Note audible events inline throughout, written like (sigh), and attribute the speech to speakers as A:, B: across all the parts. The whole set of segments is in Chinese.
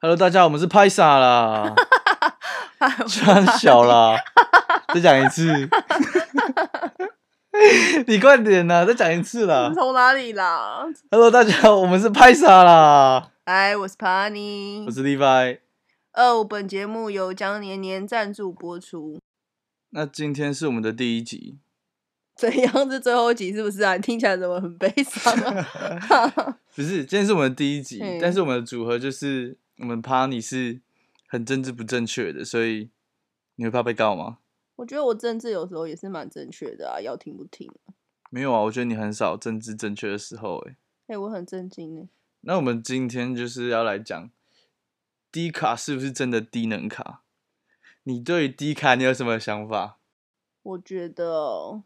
A: Hello，大家，我们是拍傻啦，
B: (laughs)
A: 穿小啦，再讲一次，你快点啦，再讲一次
B: 我
A: 啦
B: 们。从哪里啦？
A: Hello，大家，我们是拍傻啦，
B: 哎，我是 Pani
A: 我。是 Levi。
B: 哦，本节目由江年年赞助播出。
A: 那今天是我们的第一集，
B: 怎样是最后一集是不是啊？你听起来怎么很悲伤啊？ (laughs)
A: 不是，今天是我们的第一集，
B: 嗯
A: 但是我们的组合就是我们 Pani 是很政治不正确的，所以你会怕被告吗？
B: 我觉得我政治有时候也是蛮正确的啊，要听不听？
A: 没有啊，我觉得你很少政治正确的时候、欸，
B: 哎、我很震惊呢。
A: 那我们今天就是要来讲低卡是不是真的低能卡？你对于低卡你有什么想法？
B: 我觉得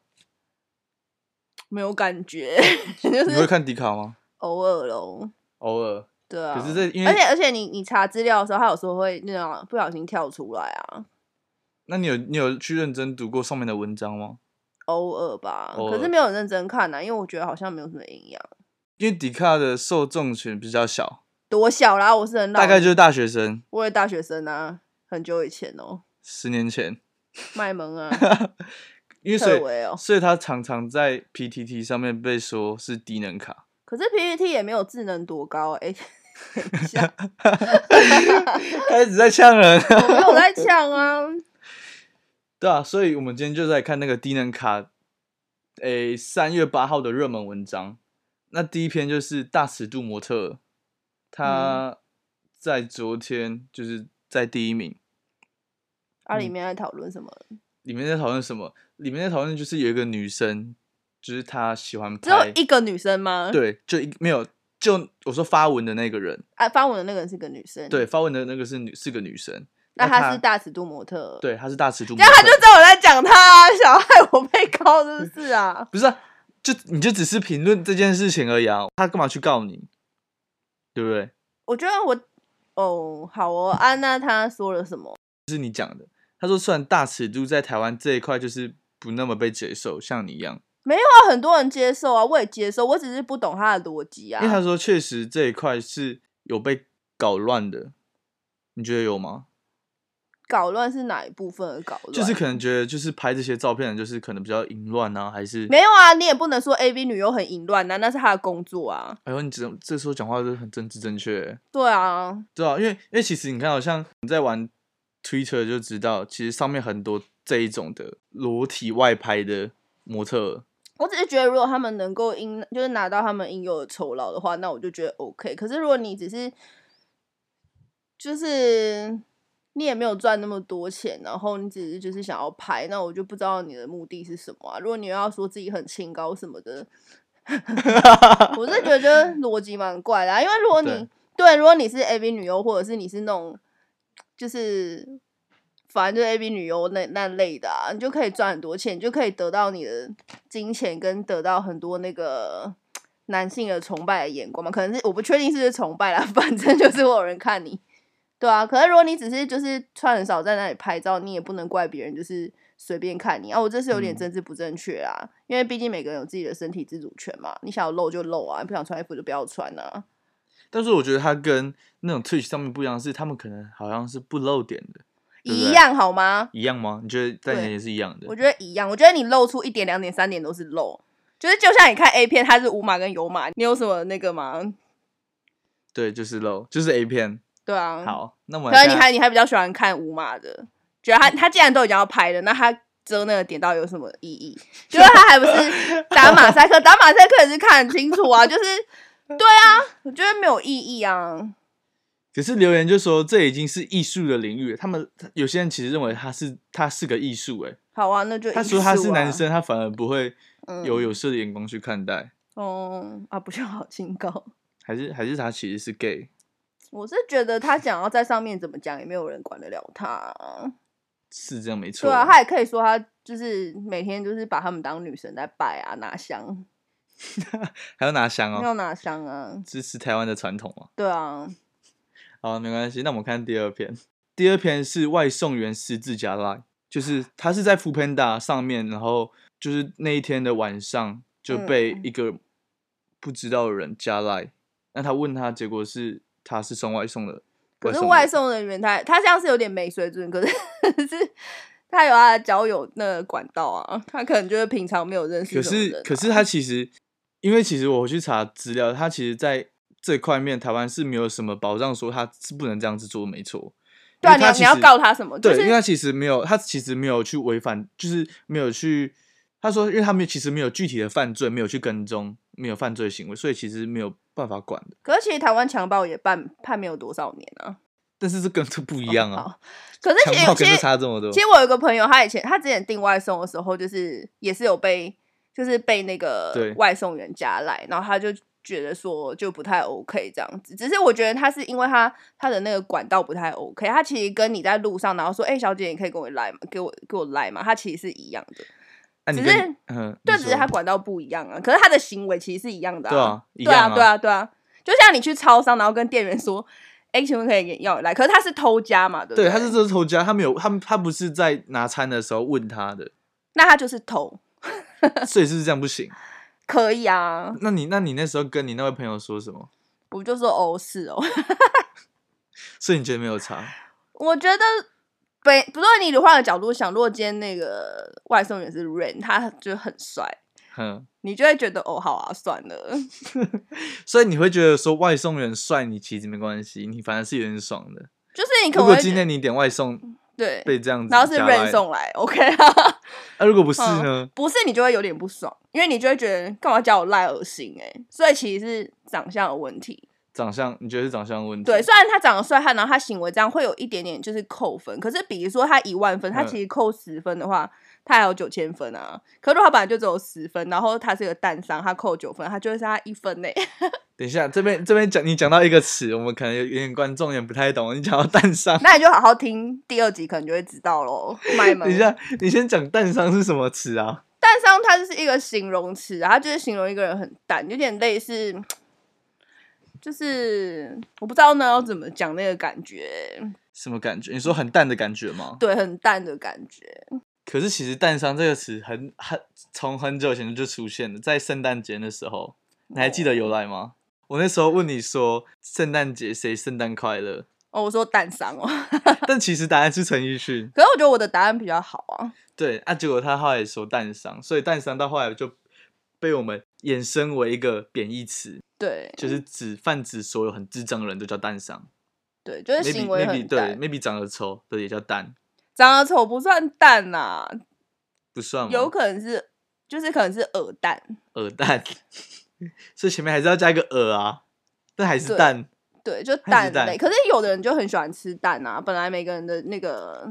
B: 没有感觉， (laughs) 就
A: 你会
B: 是
A: 看低卡吗？
B: 偶尔喽。
A: 偶尔，
B: 对啊，
A: 可是这因为
B: 而且而且你你查资料的时候，它有时候会那样不小心跳出来啊，
A: 那你有你有去认真读过上面的文章吗？
B: 偶尔吧，
A: 偶尔
B: 可是没有认真看呐、啊因为我觉得好像没有什么营养。
A: 因为迪卡的受众群比较小，
B: 多小啦，我是很老，
A: 大概就是大学生，
B: 我也大学生啊，很久以前哦、
A: 十年前。
B: 卖萌啊，
A: (laughs) 因为所
B: 特
A: 以
B: 维哦、
A: 所以他常常在 PTT 上面被说是低能卡。 (laughs)
B: 可是 PPT 也没有智能多高哎、等一下，
A: 开始在呛人。
B: 我没有在
A: (laughs)
B: 呛啊，
A: 对啊，所以我们今天就在看那个低能卡，诶，三月八号的热门文章。那第一篇就是大尺度模特儿，
B: 嗯
A: 他在昨天就是在第一名。
B: 啊，里
A: 嗯
B: 面在讨论什么？
A: 里面在讨论什么？里面在讨论就是有一个女生，就是她喜欢
B: 只有
A: 拍，
B: 一个女生吗？，
A: 对，就一没有，就我说发文的那个人，
B: 啊，发文的那个人是个女生，
A: 对，，发文的那个是女是个女生，
B: 嗯那
A: 她
B: 她是，大尺度模特，，
A: 对，她是大尺度模
B: 这
A: 特
B: 样
A: 儿，
B: 她就知道我在讲她、啊，想要害我
A: (laughs)
B: 被告是不是啊？
A: 不是、啊，就你就只是评论这件事情而已啊，他干嘛去告你？对不对？
B: 我觉得我，哦，好哦，安娜她说了什么？
A: 他说，虽然大尺度在台湾这一块就是不那么被接受，像你一样，
B: 那哦很多人接受啊，我也接受，我只是不懂她的逻辑啊
A: 因为。他说确实这一块是有被搞乱的，你觉得有吗？
B: 搞乱是哪一部分的搞乱？
A: 就是可能觉得就是拍这些照片的，就是可能比较淫乱啊，还是
B: 没有啊，你也不能说 A V 女优很淫乱呐、那是她的工作啊。
A: 哎呦，你只能这时候讲话就是很政治正确欸、
B: 对啊，
A: 对啊，因为因为其实你看，好像你在玩 Twitter 就知道，其实上面很多这一种的裸体外拍的模特儿，
B: 我只是觉得如果他们能够应就是拿到他们应有的酬劳的话，那我就觉得 OK。可是如果你只是就是你也没有赚那么多钱，然后你只是就是想要拍，那我就不知道你的目的是什么啊。如果你要说自己很清高什么的， (laughs) 我是觉得逻辑蛮怪的、啊，因为如果你
A: 对
B: 对，如果你是 A B 女优，或者是你是那种就是反正就是 A B 女优那那类的啊，你就可以赚很多钱，你就可以得到你的金钱，跟得到很多那个男性的崇拜的眼光嘛。可能是我不确定是不是崇拜啦，反正就是会有人看你。对啊，可是如果你只是就是穿很少在那里拍照，你也不能怪别人就是随便看你啊。我这是有点
A: 嗯
B: 政治不正确啊，因为毕竟每个人有自己的身体自主权嘛，你想要露就露啊，不想穿衣服就不要穿啊。
A: 但是我觉得它跟那种 Twitch 上面不一样，是他们可能好像是不露点的，对不对
B: 一样好吗？
A: 一样吗？你觉得在你
B: 啊对
A: 眼里是一样的
B: 我？觉得一样，我觉得你露出一点、两点、三点都是露，就是就像你看 A 片，它是无码跟有码，你有什么那个吗？
A: 对，就是露，就是 A 片。
B: 对啊，，
A: 好，那我们
B: 可
A: 来
B: 能你
A: 看
B: 还你还比较喜欢看无码的，觉得他他既然都已经要拍了，那他遮那个点到底有什么意义？就是他还不是打马赛克，打马赛克也是看很清楚啊，就是对啊，我觉得没有意义啊。
A: 可是留言就说这已经是艺术的领域了，他们有些人其实认为他是他是个艺术，哎，
B: 好啊，那就
A: 他
B: 艺
A: 说他
B: 术
A: 是
B: 啊
A: 男，生，他反而不会
B: 嗯
A: 有有色的眼光去看待，
B: 哦啊，不就好清高？
A: 还是还是他其实是 gay。
B: 我是觉得他想要在上面怎么讲，也没有人管得了他啊、
A: 是这样没错。
B: 对啊，他也可以说他就是每天就是把他们当女神在拜啊，拿香、
A: 还要拿香哦，
B: 要拿香啊，
A: 支持台湾的传统哦。
B: 对啊，
A: 好，没关系，那我们看第二篇。第二篇是外送员十字架 line，就是他是在 f o o Panda 上面，然后就是那一天的晚上就被
B: 嗯
A: 一个不知道的人加 line，、那他问他，结果是他是送外送的，
B: 可是
A: 送
B: 外
A: 的
B: 送人员他他这样是有点没水准，可是是他有他的交友那个管道啊，他可能就是平常没有认识
A: 可
B: 什么
A: 是
B: 人啊、
A: 可是他其实，因为其实我去查资料，他其实在这块面台湾是没有什么保障，说他是不能这样子做，没错。
B: 对啊，
A: 因
B: 你
A: 为他
B: 要你
A: 其
B: 要
A: 实
B: 告他什么？
A: 对，
B: 就
A: 因
B: 是
A: 为他其实没有，他其实没有去违反，就是没有去。他说，因为他们其实没有具体的犯罪，没有去跟踪，没有犯罪行为，所以其实没有办法管的。
B: 可是其实台湾强暴也判判没有多少年啊，
A: 但是这跟这不一样啊，
B: 哦好可是其
A: 强暴
B: 实
A: 跟
B: 其
A: 这
B: 实
A: 差这么多
B: 其。实我有一个朋友，他以前他之前订外送的时候，就是也是有被就是被那
A: 对
B: 个外送员加来，然后他就觉得说就不太 OK 这样子。只是我觉得他是因为他他的那个管道不太 OK，他其实跟你在路上然后说，哎、小姐，你可以跟我来吗？给我给我来嘛，他其实是一样的，
A: 啊，你
B: 只是
A: 跟嗯，
B: 对，
A: 你
B: 只是
A: 说
B: 他管道不一样啊。可是他的行为其实是一样的、
A: 对啊，一
B: 对啊，
A: 样
B: 对，啊，对啊，就像你去超商，然后跟店员说，哎、请问可以给要来？可是他是偷加嘛，对不
A: 对，
B: 对，
A: 他是这是偷家，他没有，他他不是在拿餐的时候问他的，
B: 那他就是偷，
A: 所以是不是这样不行？
B: 可以啊。
A: 那你那你那时候跟你那位朋友说什么？
B: 我就说哦是哦， (laughs)
A: 所以你觉得没有差？
B: 我觉得北不论你换个角度想，如果今天那个外送员是 Rain，他就很帅，
A: 哼，
B: 你就会觉得哦好啊算了，
A: 所以你会觉得说外送员帅你其实没关系，你反而是有点爽的。
B: 就是你可
A: 如
B: 能会
A: 果
B: 觉
A: 今天你点外送
B: 对，
A: 被这样子
B: 然后是
A: 加来
B: Rain 送来，OK 啊， (laughs)
A: 啊，如果不是
B: 嗯
A: 呢？
B: 不是你就会有点不爽，因为你就会觉得干嘛叫我赖恶心哎、所以其实是长相的问题。
A: 长相你觉得是长相的问题？
B: 对，虽然他长得帅汉，然后他行为这样会有一点点就是扣分，可是比如说他一万分，他
A: 嗯
B: 其实扣十分的话，他还有九千分啊。可是他本来就只有十分，然后他是个蛋商，他扣九分，他就会差一分呢、
A: 等一下这边这边讲你讲到一个词，我们可能有有点观众也不太懂，你讲到蛋
B: (laughs)
A: 商。
B: (laughs) 那你就好好听第二集，可能就会知道喽。卖萌
A: 等一下，你先讲蛋商是什么词啊？
B: 蛋商，它就是一个形容词啊，它就是形容一个人很淡，有点类似。就是我不知道呢要怎么讲那个感觉，
A: 什么感觉？你说很淡的感觉吗？
B: 对，很淡的感觉。
A: 可是其实“蛋商”这个词很很从很久以前就出现了，在圣诞节的时候，你还记得由来吗？我那时候问你说圣诞节谁圣诞快乐， (laughs)
B: 哦，我说蛋商哦， (laughs)
A: 但其实答案是陈奕迅。
B: 可是我觉得我的答案比较好啊。
A: 对啊，结果他后来说蛋商，所以蛋商到后来就被我们衍生为一个贬义词，
B: 对，
A: 就是指泛指所有很智障的人都叫蛋商。
B: 对，就是
A: maybe
B: 行为
A: maybe
B: 很
A: 对
B: 淡，
A: ，maybe 长得丑的也叫蛋，
B: 长得丑不算淡呐、
A: 嗯不算吗？
B: 有可能是就是可能是耳蛋，
A: 鹅蛋， (laughs) 所以前面还是要加一个鹅啊，但还是
B: 对
A: 蛋。
B: 对，就
A: 还是
B: 蛋类。
A: 蛋
B: 可是有的人就很喜欢吃蛋啊，本来每个人的那个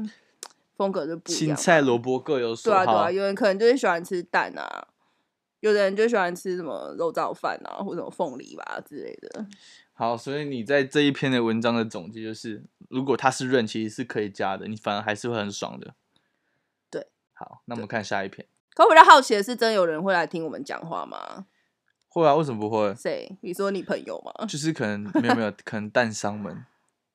B: 风格就不一
A: 青
B: 样。
A: 菜萝卜各有所
B: 对啊，
A: 好。
B: 对啊，有人可能就是喜欢吃蛋啊，有的人就喜欢吃什么肉燥饭啊，或者什么凤梨吧之类的。
A: 好，所以你在这一篇的文章的总结就是，如果它是润，其实是可以加的，你反而还是会很爽的。
B: 对，
A: 好，那我们看下一篇。
B: 可我比较好奇的是，真有人会来听我们讲话吗？
A: 会啊，为什么不会？
B: 谁？你说你朋友吗？ (laughs)
A: 就是可能没有没有，可能蛋商们，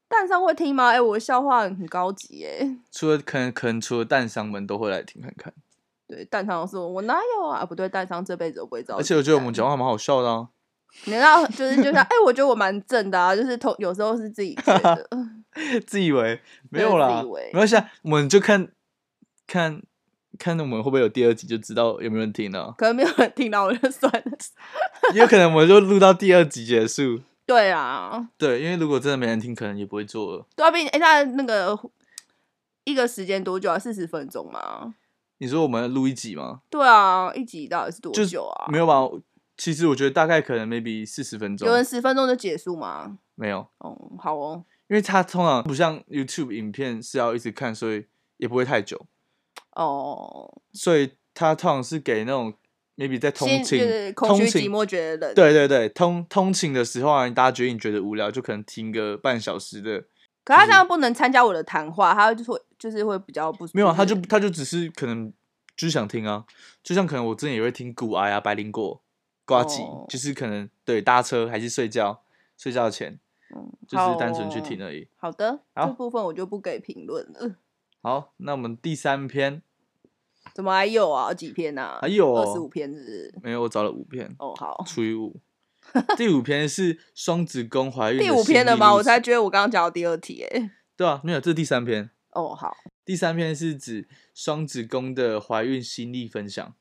B: 蛋上会听吗？哎、我的笑话很高级耶、
A: 除了可能可能除了蛋商们都会来听看看。
B: 对，蛋商说：“我哪有啊？不对，蛋商这辈子都不会找。”
A: 而且我觉得我们讲话蛮好笑的
B: (laughs)
A: 啊。
B: 你知道，就是就像，哎、我觉得我蛮正的啊，就是头有时候是自己觉得，
A: 自以为没
B: 对
A: 有
B: 自
A: 啦，
B: 以为
A: 没关系啊，我们就看看看我们会不会有第二集，就知道有没有人听了
B: (laughs) 。可能没有人听到，我就算了。
A: 也有可能我们就录到第二集结束。
B: 对啊，
A: 对，因为如果真的没人听，可能也不会做了。
B: 对啊，毕竟哎，那那个一个时间多久啊？四十分钟吗？
A: 你说我们录一集吗？
B: 对啊，一集到底是多
A: 就
B: 久啊？
A: 没有吧？其实我觉得大概可能 maybe 四十分钟
B: 有，人十分钟就结束吗？
A: 没有，
B: 哦，好哦，
A: 因为它通常不像 YouTube 影片是要一直看，所以也不会太久，
B: 哦，
A: 所以它通常是给那种 maybe 在通
B: 先就
A: 勤、
B: 是空
A: 通
B: 虚
A: 勤
B: 寂寞觉得冷，
A: 对对对，通通勤的时候啊，大家觉得你觉得无聊，就可能听个半小时的，
B: 可他
A: 就是
B: 这样不能参加我的谈话，他就是会就是会比较不
A: 没有啊，他
B: 是
A: 就他就只是可能就是想听啊，就像可能我之前也会听古癌啊、白灵果、瓜吉，
B: 哦
A: 就是可能对搭车还是睡觉，睡觉前
B: 嗯
A: 就是单纯去。
B: 好哦
A: 听而已。
B: 好的，
A: 好
B: 这部分我就不给评论了。
A: 好，那我们第三篇
B: 怎么还有啊？几篇啊？
A: 还有
B: 二十
A: 哦
B: 五篇是不是？
A: 没有，我找了五篇
B: 哦，好，
A: 除以五， (laughs) 第五篇是双子宫怀孕。
B: 第五篇了吗？我才。觉得我刚刚讲到第二题、哎，
A: 对啊，没有，这是第三篇。
B: 哦，好，
A: 第三篇是指双子宫的怀孕心力分享。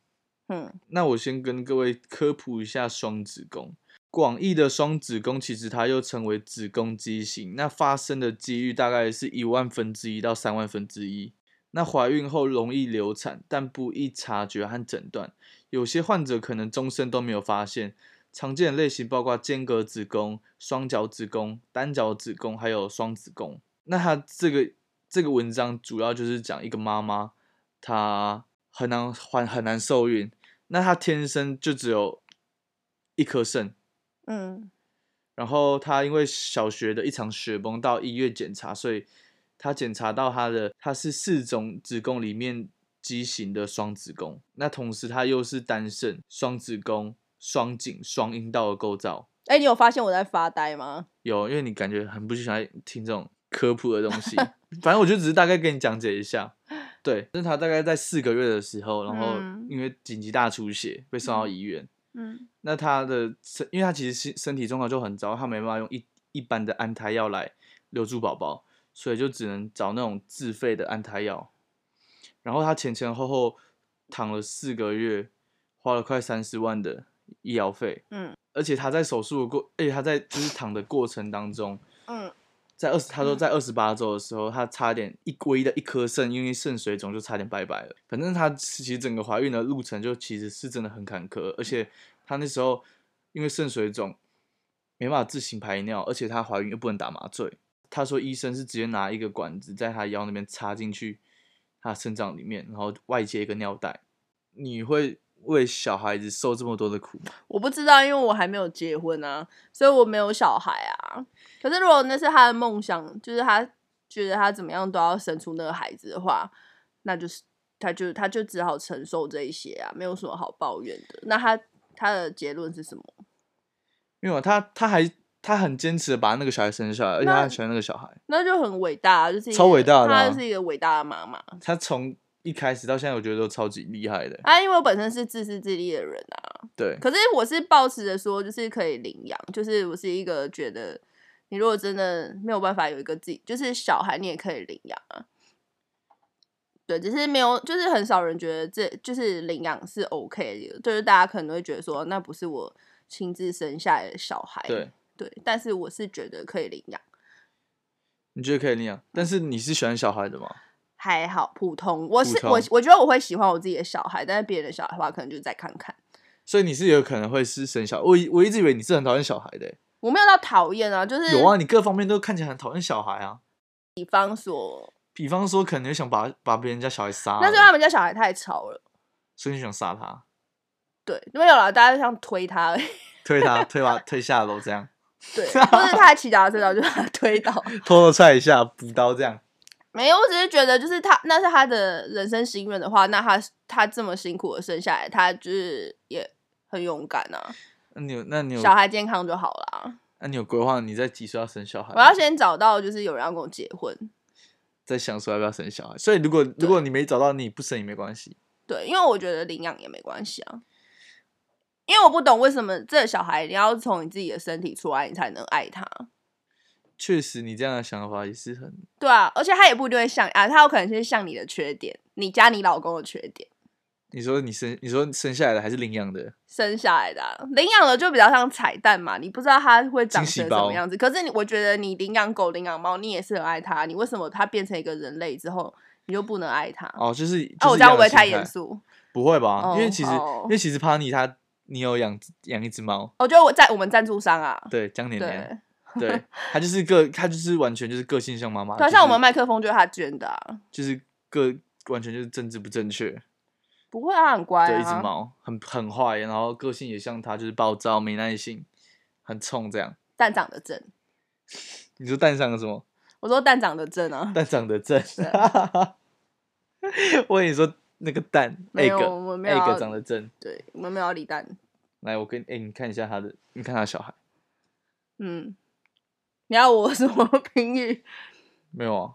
B: 嗯，
A: 那我先跟各位科普一下双子宫。广义的双子宫其实它又称为子宫畸形，那发生的几率大概是一万分之一到三万分之一。那怀孕后容易流产，但不易察觉和诊断，有些患者可能终身都没有发现。常见的类型包括间隔子宫、双角子宫、单角子宫，还有双子宫。那它这个这个文章主要就是讲一个妈妈，她很难很很难受孕，那她天生就只有一颗肾，
B: 嗯，
A: 然后他因为小学的一场雪崩到医院检查，所以他检查到他的他是四种子宫里面畸形的双子宫，那同时他又是单肾、双子宫、双颈、双阴道的构造。
B: 哎、你有发现我在发呆吗？
A: 有，因为你感觉很不喜欢听这种科普的东西，反正我就只是大概给你讲解一下。对，那他大概在四个月的时候，然后
B: 嗯
A: 因为紧急大出血被送到医院，
B: 嗯
A: 那他的身，因为他其实身身体状况就很糟，他没办法用一一般的安胎药来留住宝宝，所以就只能找那种自费的安胎药。然后他前前后后躺了四个月，花了快三十万的医疗费，
B: 嗯
A: 而且他在手术的过，而且他在就是躺的过程当中，
B: 嗯，
A: 在二十，他说在二十八周的时候，他差点一唯一的一颗肾，因为肾水肿就差点拜拜了。反正他其实整个怀孕的路程就其实是真的很坎坷，而且他那时候因为肾水肿没办法自行排尿，而且她怀孕又不能打麻醉。他说医生是直接拿一个管子在她腰那边插进去她肾脏里面，然后外接一个尿袋。你会为小孩子受这么多的苦吗？
B: 我不知道，因为我还没有结婚啊，所以我没有小孩啊。可是如果那是他的梦想，就是他觉得他怎么样都要生出那个孩子的话，那就是他就他就只好承受这一些啊，没有什么好抱怨的。那他他的结论是什么？
A: 没有，啊他他还他很坚持的把那个小孩生下来，而且他
B: 那
A: 很喜欢那个小孩。
B: 那就很伟大啊，就是一个
A: 超伟大的啊
B: 她就是一个伟大的妈妈。
A: 他从一开始到现在，我觉得都超级厉害的。欸
B: 啊，因为我本身是自私自利的人啊，
A: 对，
B: 可是我是抱持着说，就是可以领养，就是我是一个觉得，你如果真的没有办法有一个自己，就是小孩你也可以领养啊。对，只是没有，就是很少人觉得这就是领养是 OK 的，就是大家可能会觉得说，那不是我亲自生下来的小孩，
A: 对，
B: 对，但是我是觉得可以领养，
A: 你觉得可以那样？但是你是喜欢小孩的吗？
B: 还好普通。我是
A: 普通
B: 我，我觉得我会喜欢我自己的小孩，但是别人的小孩的话，可能就再看看。
A: 所以你是有可能会是生小我以我一直以为你是很讨厌小孩的欸、
B: 我没有到讨厌啊，就是
A: 有啊，你各方面都看起来很讨厌小孩啊。
B: 比方说，
A: 比方说，可能就想把把别人家小孩杀
B: 那是
A: 了，
B: 他们家小孩太吵了，
A: 所以你想杀他，
B: 对，没有了，大家就想推他而已，
A: 推他，推他，推下楼，这样 (laughs)
B: 对，或者他骑脚踏车，然后就把他推倒。
A: 偷偷踹一下，补刀这样。
B: 没有，我只是觉得，就是他那是他的人生心愿的话，那他他这么辛苦的生下来，他就是也很勇敢啊。
A: 那你有那你有
B: 小孩健康就好啦。
A: 那你有规划你在几岁要生小孩吗？
B: 我要先找到就是有人要跟我结婚，
A: 在想说要不要生小孩。所以如果如果你没找到，你不生也没关系。
B: 对，因为我觉得领养也没关系啊。因为我不懂为什么这个小孩你要从你自己的身体出来，你才能爱他。
A: 确实，你这样的想法也是很
B: 对啊，而且他也不一定会像啊，他有可能是像你的缺点，你加你老公的缺点
A: 你说你生，你说生下来的还是领养的？
B: 生下来的啊、领养了就比较像彩蛋嘛，你不知道它会长
A: 惊喜
B: 成什
A: 包
B: 么样子。可是你，我觉得你领养狗、领养猫，你也是很爱它，你为什么它变成一个人类之后，你就不能爱它？
A: 哦，就是
B: 啊，我这样会不会太
A: 就是一
B: 严？
A: 样的心态
B: 肃？
A: 不会吧？因为
B: 哦
A: 其实，
B: 好
A: 因为其实 Pani 他，你有养养一只猫，
B: 我觉得我在我们赞助商啊，
A: 对，江
B: 对
A: 年年，
B: 对，
A: 对，他就是个，他就是完全就是个性像妈妈，
B: 啊
A: 就是
B: 像我们麦克风就是他捐的啊，
A: 就是个完全就是政治不正确
B: 不会啊，很乖
A: 的一只
B: 啊，
A: 猫，很很坏，然后个性也像他，就是暴躁、没耐性，很冲这样。
B: 蛋长得正，
A: 你说蛋长的什么？
B: 我说蛋长得正啊，
A: 蛋长得正
B: 对。
A: (laughs) 我跟你说，那个蛋
B: 没有我们没有啊
A: egg，egg
B: 要
A: 长得正。
B: 对，我们没有要理蛋。
A: 来，我跟哎、你看一下他的，你看他小孩
B: 嗯，你要我 (laughs) 什么评语？
A: 没有啊？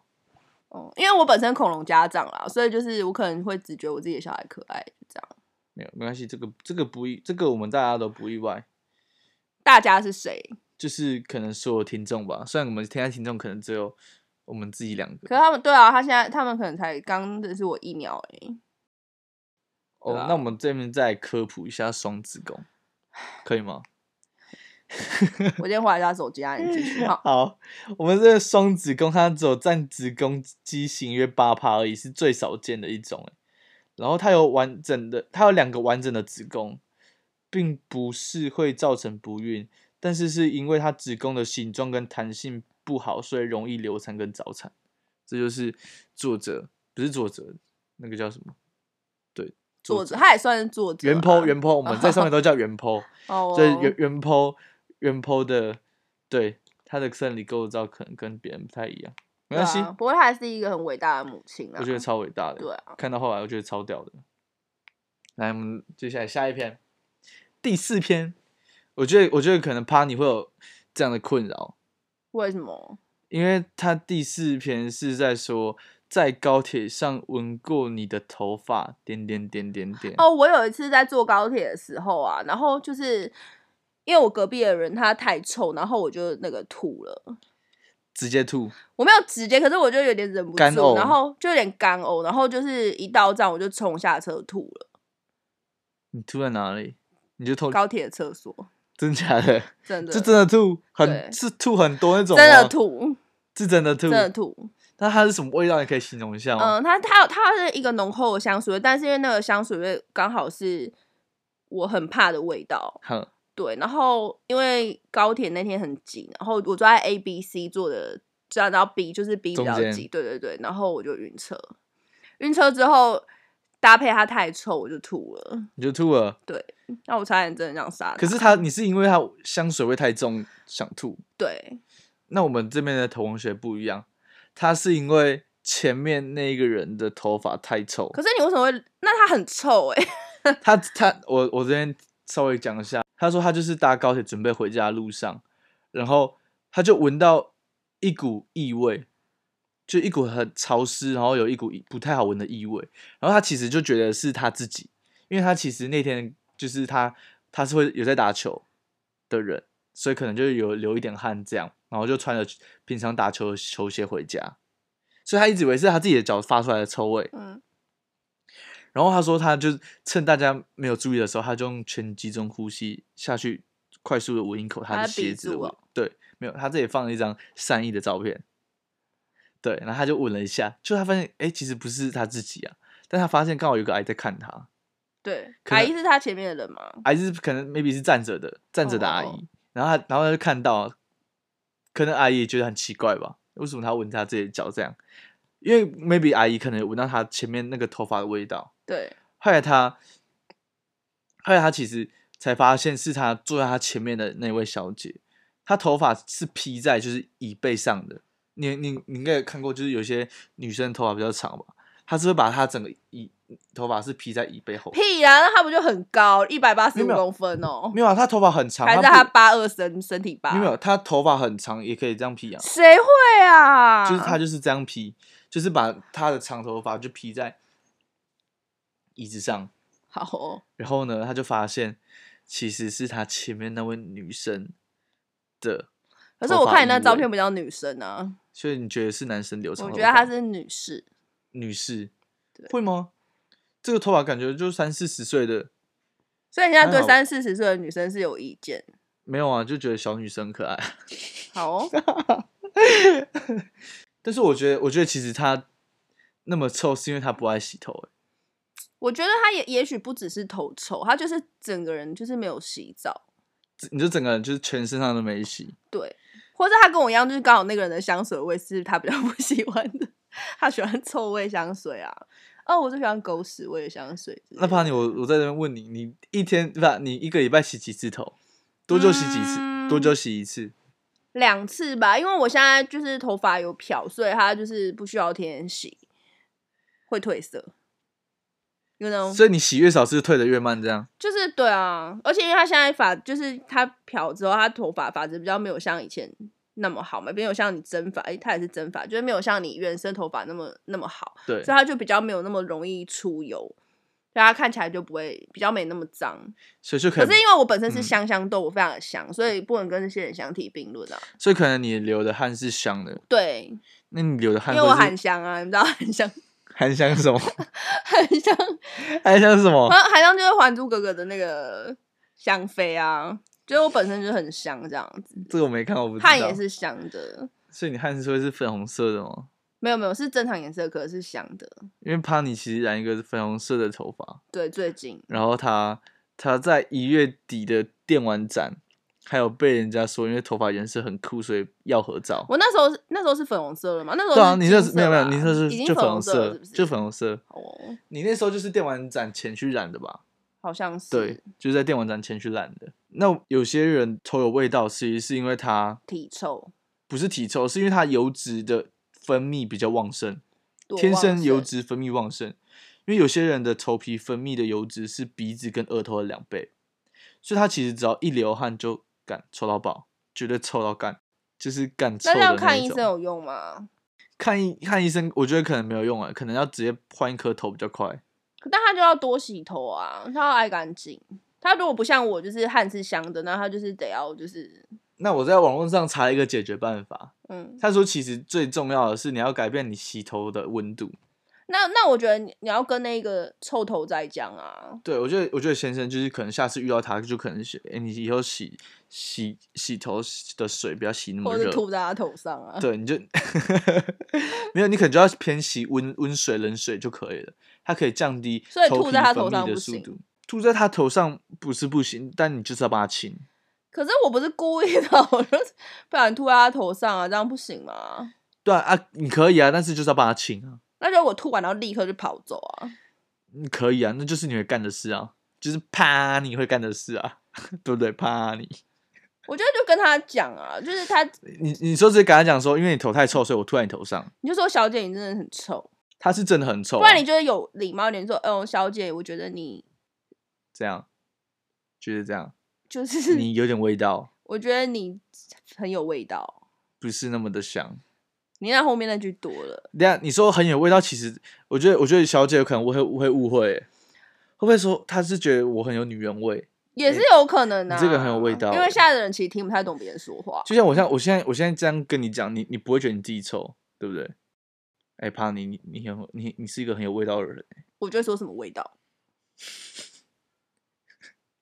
B: 哦，因为我本身恐龙家长啦，所以就是我可能会只觉得我自己的小孩可爱，就这样。
A: 没有，没关系，这个这个不意，这个我们大家都不意外。
B: 大家是谁？
A: 就是可能所有听众吧，虽然我们现在听众可能只有我们自己两个。
B: 可是他们对啊，他现在他们可能才刚认识我一秒哎、
A: 哦，
B: 对啊
A: 那我们这边再科普一下双子宫，可以吗？。
B: 我先划一下手机啊，你继续哈
A: (laughs) 好，我们这个双子宫它只有占子宫畸形约八趴而已，是最少见的一种欸。然后它有完整的，它有两个完整的子宫，并不是会造成不孕，但是是因为它子宫的形状跟弹性不好，所以容易流产跟早产。这就是作者不是作者，那个叫什么？对，
B: 作者他也算是作者啊，
A: 原 po 原 po，我们在上
B: (laughs)
A: 面都叫原 po。
B: 哦，
A: 所以原原 p 原 p 的，对他的生理构造可能跟别人不太一样，没
B: 对
A: 关系，
B: 啊，不过他还是一个很伟大的母亲啊。
A: 我觉得超伟大的。
B: 对啊，
A: 看到后来我觉得超屌的。来，我们接下来下一篇，第四篇，我觉得我觉得可能趴你会有这样的困扰，
B: 为什么？
A: 因为他第四篇是在说在高铁上闻过你的头发，点点点点点。
B: 哦，我有一次在坐高铁的时候啊，然后就是因为我隔壁的人他太臭，然后我就那个吐了。
A: 直接吐，
B: 我没有直接，可是我就有点忍不
A: 干呕
B: 住，然后就有点干呕，然后就是一到站我就冲下车吐了，
A: 你吐在哪里？你就吐，
B: 高铁厕所
A: 真假的？
B: 真的
A: 是真的吐，很
B: 对
A: 是吐很多那种，
B: 真的，吐，
A: 是真的吐哦
B: 真。的吐。
A: 那它是什么味道？你可以形容一下吗？
B: 嗯，它它有它是一个浓厚的香水味，但是因为那个香水味刚好是我很怕的味道，
A: 哼，
B: 对。然后因为高铁那天很挤，然后我坐在 A、B、C 坐的，这样到 B 就是 B 比
A: 中
B: 较
A: 间
B: 挤，对对对。然后我就晕车，晕车之后搭配它太臭，我就吐了。
A: 你就吐了。
B: 那我差点真的这样杀他。
A: 可是它，你是因为它香水味太重想吐。
B: 对，
A: 那我们这边的同学不一样，他是因为前面那一个人的头发太臭。
B: 可是你为什么会？那它很臭哎、
A: (laughs) 他他我我这边稍微讲一下，他说他就是搭高铁准备回家的路上，然后他就闻到一股异味，就一股很潮湿，然后有一股不太好闻的异味，然后他其实就觉得是他自己，因为他其实那天就是他他是会有在打球的人，所以可能就有流一点汗这样，然后就穿着平常打球的球鞋回家，所以他一直以为是他自己的脚发出来的臭味，
B: 嗯，
A: 然后他说，他就趁大家没有注意的时候，他就用全集中呼吸下去，快速的闻一口
B: 他
A: 的
B: 的
A: 鞋
B: 鼻
A: 子的
B: 住
A: 味
B: 哦。
A: 对，没有，他这里放了一张善意的照片。对，然后他就闻了一下，就他发现，哎，其实不是他自己啊，但他发现刚好有个癌在看他，
B: (laughs) 对，
A: 可
B: 阿
A: 能
B: 姨是他前面的人吗？
A: 癌是可能 maybe 是站着的，站着的阿姨，
B: 嗯哦
A: 然后他然后他就看到，可能阿姨也觉得很奇怪吧，为什么他闻他自己的脚这样？因为 maybe 阿姨可能有闻到他前面那个头发的味道，
B: 对，
A: 后来他，后来他其实才发现是他坐在他前面的那位小姐，她头发是披在就是椅背上的。你你你应该有看过，就是有些女生头发比较长吧，她是会把她整个椅头发是披在椅背后。
B: 屁呀、那他不就很高，一百八
A: 没
B: 十
A: 有
B: 五
A: 没有
B: 公分哦、
A: 没有啊，她头发很长，
B: 还是
A: 她
B: 他
A: 不
B: 八二身身体八？
A: 没有没有，她头发很长也可以这样披啊，
B: 谁会啊？
A: 就是她就是这样披，就是把她的长头发就披在椅子上，
B: 好、哦，
A: 然后呢，他就发现其实是他前面那位女生的，
B: 可是我看你那
A: 头发
B: 照片
A: 异
B: 比较女生啊，
A: 所以你觉得是男生留长
B: 我
A: 头发？
B: 觉得她是女士。
A: 女士，
B: 对
A: 会吗？这个头发感觉就三四十岁的，
B: 所以你现在对
A: 还好
B: 三四十岁的女生是有意见，
A: 没有啊，就觉得小女生可爱。 (laughs)
B: 好哦，
A: 但是我觉得，我觉得其实她那么臭，是因为她不爱洗头、欸。
B: 我觉得她也也许不只是头臭，她就是整个人就是没有洗澡，
A: 你就整个人就是全身上都没洗，
B: 对，或者她跟我一样，就是刚好那个人的香水味是她比较 (laughs) 不喜欢的，她喜欢臭味香水啊，哦，我最喜欢狗屎味的香水之类
A: 那
B: 的。
A: 怕你我我在这边问你，你一天对吧？你一个礼拜洗几次头？多久洗几次？多
B: 嗯
A: 久洗一次？
B: 两次吧，因为我现在就是头发有漂，所以它就是不需要天天洗，会褪色。You know，
A: 所以你洗越少，是不是退的越慢，这样。
B: 就是对啊，而且因为它现在发，就是它漂之后，它头发发质比较没有像以前那么好嘛，没有像你真发，诶、它也是真发，就是没有像你原生头发那么那么好，
A: 对
B: 所以，它就比较没有那么容易出油。大家看起来就不会比较没那么脏。
A: 所以就可
B: 可
A: 以
B: 是，因为我本身是
A: 嗯
B: 香香豆，我非常的香，所以不能跟那些人相提并论啊。
A: 所以可能你流的汗是香的，
B: 对，
A: 那你流的汗
B: 因为我
A: 会是
B: 含香啊，你知道含香，
A: 含香是什么？ (laughs)
B: 含香，
A: 含香是什
B: (laughs)
A: 么？
B: 含含香就是《还珠格格》的那个香妃啊，就是我本身就很香这样子，
A: 这个我没看，我不知道。
B: 汗也，是香的，
A: 所以你汗是会是粉红色的吗？
B: 没有没有是正常颜色，可是是香的。
A: 因为帕尼其实染一个是粉红色的头发，
B: 对，最近
A: 然后他他在一月底的电玩展，还有被人家说因为头发颜色很酷，所以要合照。
B: 我那时候是那时候是粉红色了嘛，那时候
A: 对啊，
B: 是
A: 你
B: 金
A: 那是
B: 色
A: 没有没有，
B: 吧
A: 你那是
B: 已经
A: 就粉
B: 粉红
A: 红
B: 色了是
A: 色
B: 不是，
A: 就粉红色。
B: 哦，
A: 你那时候就是电玩展前去染的吧？
B: 好像是
A: 对，就是在电玩展前去染的。那有些人头有味道，其实是因为他
B: 体臭，
A: 不是体臭，是因为他油脂的分泌比较旺盛，
B: 多
A: 天
B: 旺
A: 生油脂分泌旺盛。因为有些人的头皮分泌的油脂是鼻子跟额头的两倍，所以他其实只要一流汗就干臭到爆，绝对臭到干，就是干臭
B: 那
A: 的
B: 这
A: 那
B: 样
A: 一
B: 看医
A: 种
B: 生有用吗？
A: 看医看医生，我觉得可能没有用啊，可能要直接换一颗头比较快。
B: 但他就要多洗头啊，他要爱干净。他如果不像我，就是汗是香的，那他就是得要就是
A: 那我在网络上查了一个解决办法，
B: 嗯，
A: 他说其实最重要的是你要改变你洗头的温度。
B: 那那我觉得你你要跟那个臭头仔讲啊，
A: 对我觉得，我觉得先生就是可能下次遇到他，就可能是，哎、你以后洗洗洗头的水不要洗那么
B: 或者
A: 热，
B: 吐在他头上啊。
A: 对，你就 (laughs) 没有，你可能就要偏洗温温水、冷水就可以了，它可以降低
B: 所以
A: 头
B: 吐
A: 皮
B: 在他
A: 分
B: 头
A: 泌
B: 上
A: 的
B: 不
A: 速
B: 行
A: 度。吐在他头上不是不行，但你就是要帮他清。
B: 可是我不是故意的， (laughs) 我就是不然吐在他头上啊，这样不行吗？
A: 对啊啊，你可以啊，但是就是要帮他清啊。
B: 那就我吐完然后立刻就跑走啊。
A: 嗯可以啊，那就是你会干的事啊，就是啪你会干的事啊， (laughs) 对不对？啪你，
B: 我觉得就跟他讲啊，就是他，
A: 你你说直接跟他讲说，因为你头太臭，所以我吐在你头上，
B: 你就说小姐你真的很臭，
A: 他是真的很臭、
B: 不
A: 啊，
B: 然你就是有礼貌一点说，哦，小姐，我觉得你
A: 这样就是这样，
B: 就是
A: 你有点味道，
B: 我觉得你很有味道，
A: 不是那么的香。
B: 你那后面那句多了，
A: 等一下你说很有味道，其实我觉得，我觉得小姐有可能会会误会欸，会不会说她是觉得我很有女人味？
B: 也是有可能的、啊
A: 你这个很有味道欸
B: 因为现在的人其实听不太懂别人说话，
A: 就像我像我现在我现在这样跟你讲，你你不会觉得你自己臭，对不对？哎、怕你你你很你你是一个很有味道的人，
B: 我就会说什么味道，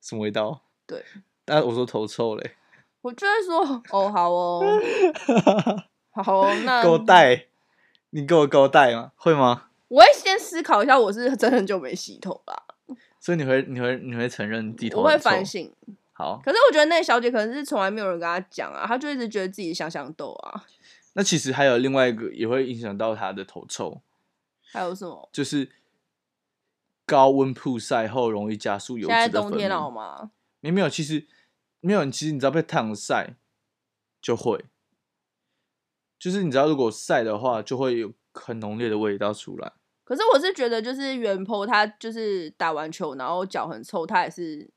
A: 什么味道？
B: 对，
A: 但我说头臭嘞，
B: 我就会说，哦，
A: (laughs)
B: 好哦，好哦，那
A: 给我带，你给我给我带吗？会吗？
B: 我会先思考一下，我是真的很久没洗头啦，
A: 所以你会你会你会承认地头
B: 我会
A: 很臭
B: 反。省。
A: 好，
B: 可是我觉得那个小姐可能是从来没有人跟她讲啊，她就一直觉得自己想想豆啊，
A: 那其实还有另外一个也会影响到他的头臭，
B: 还有什么？
A: 就是高温曝晒后容易加速油
B: 现
A: 脂
B: 在
A: 的
B: 冬
A: 分
B: 天了哦
A: 泌
B: 好吗？
A: 没没有，其实没有，其实你只要被太阳晒就会，就是你知道，如果晒的话，就会有很浓烈的味道出来。
B: 可是我是觉得，就是袁坡他就是打完球，然后脚很臭，他也是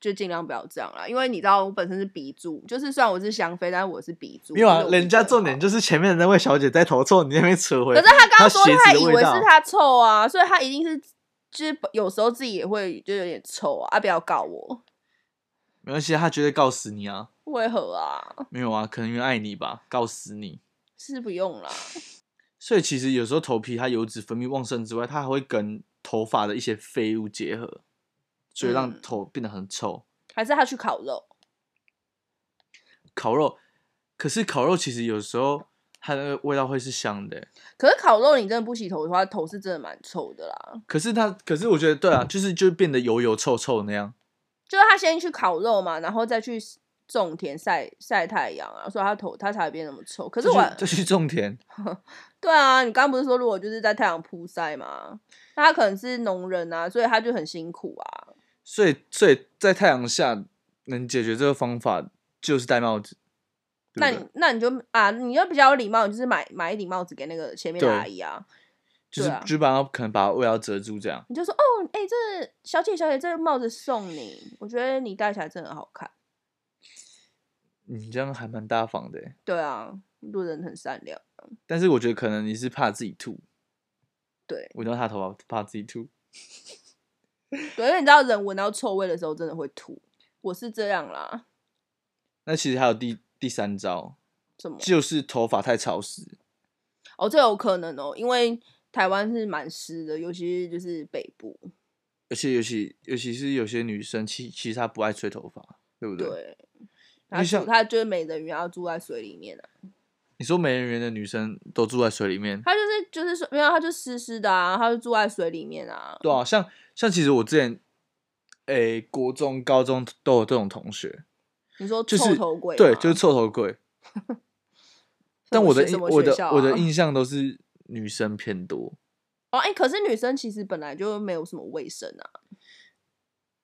B: 就尽量不要这样啦。因为你知道，我本身是鼻柱，就是虽然我是香妃，但是我是鼻柱。
A: 没有啊，
B: 就是我
A: 人家
B: 鼻子很
A: 重点
B: 好。
A: 就是前面的那位小姐在头臭，你那边扯回。
B: 可是他刚刚说
A: 鞋子
B: 他
A: 的
B: 以
A: 味
B: 为
A: 道
B: 是他臭啊，所以他一定是就是有时候自己也会就有点臭啊，啊不要告我，
A: 没关系啊，他绝对告死你啊！
B: 为何啊？
A: 没有啊，可能因为爱你吧，告死你。
B: 是不用啦，
A: 所以其实有时候头皮它油脂分泌旺盛之外，它还会跟头发的一些废物结合，所以让
B: 嗯
A: 头变得很臭。
B: 还是他去烤肉？
A: 烤肉，可是烤肉其实有时候它的味道会是香的欸，
B: 可是烤肉你真的不洗头的话，头是真的蛮臭的啦。
A: 可是它，可是我觉得对啊，就是就变得油油臭臭那样。
B: 就是他先去烤肉嘛，然后再去种田晒晒太阳啊，所以他头他才会变那么臭。可是我，
A: 就去种田，
B: 对啊，你刚刚不是说如果就是在太阳曝晒嘛，那他可能是农人啊，所以他就很辛苦啊。
A: 所以所以在太阳下能解决这个方法就是戴帽子。对不
B: 那
A: 对
B: 你那你就啊，你要比较有礼貌，你就是买买一顶帽子给那个前面的
A: 对
B: 阿姨啊，
A: 就是、
B: 对啊
A: 就是把它可能把味道遮住这样。
B: 你就说哦，哎、这小姐小姐，这个帽子送你，我觉得你戴起来真的很好看。
A: 你这样还蛮大方的欸，
B: 对啊，路人很善良，
A: 但是我觉得可能你是怕自己吐，
B: 对，
A: 闻到他头发怕自己吐。
B: 对，因为你知道人闻到臭味的时候真的会吐，我是这样啦。
A: 那其实还有第第三招，
B: 什么？
A: 就是头发太潮湿。
B: 哦，这有可能哦，因为台湾是蛮湿的，尤其是就是北部。
A: 而且尤其尤其是有些女生，其其实她不爱吹头发，对不对？
B: 对，他
A: 像
B: 住他就是美人鱼，然后住在水里面啊。
A: 你说美人鱼的女生都住在水里面，
B: 他就是就是说没有，他就湿湿的啊，他就住在水里面啊。
A: 对啊，像像其实我之前，诶、国中、高中都有这种同学，
B: 你说
A: 就
B: 臭
A: 是
B: 头鬼吗、
A: 对，就是臭头鬼。但我的
B: 什
A: 印
B: 么
A: 我
B: 学
A: 的
B: 校啊
A: 我的印象都是女生偏多。
B: 哦，哎、可是女生其实本来就没有什么卫生啊。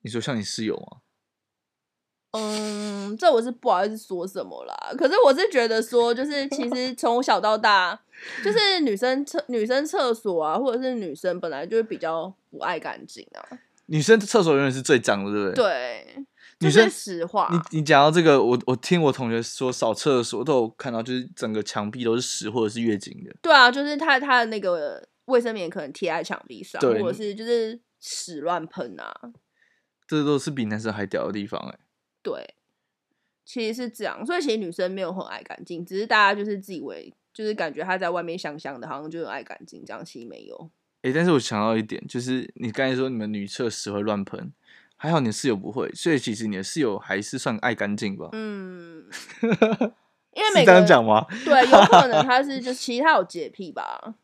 A: 你说像你室友吗？
B: 嗯，这我是不好意思说什么啦。可是我是觉得说，就是其实从小到大，就是女生厕女生厕所啊，或者是女生本来就是比较不爱干净啊。
A: 女生厕所永远是最脏的，对不对？
B: 对，这
A: 女
B: 是
A: 生
B: 实话。
A: 你你讲到这个，我我听我同学说扫厕所都有看到，就是整个墙壁都是屎或者是月经的。
B: 对啊，就是他他的那个卫生棉可能贴在墙壁上，
A: 对
B: 或者是就是屎乱喷啊，
A: 这都是比男生还屌的地方哎、
B: 对，其实是这样，所以其实女生没有很爱干净，只是大家就是自以为就是感觉她在外面香香的，好像就很爱干净，这样其实没有。
A: 哎、但是我想到一点，就是你刚才说你们女厕屎会乱喷，还好你的室友不会，所以其实你的室友还是算爱干净吧？ (laughs)
B: 嗯，因为
A: 是
B: 每
A: 这
B: 个
A: 样
B: 人
A: 讲吗？
B: 对，有可能他
A: (laughs)
B: 是就其实他有洁癖吧，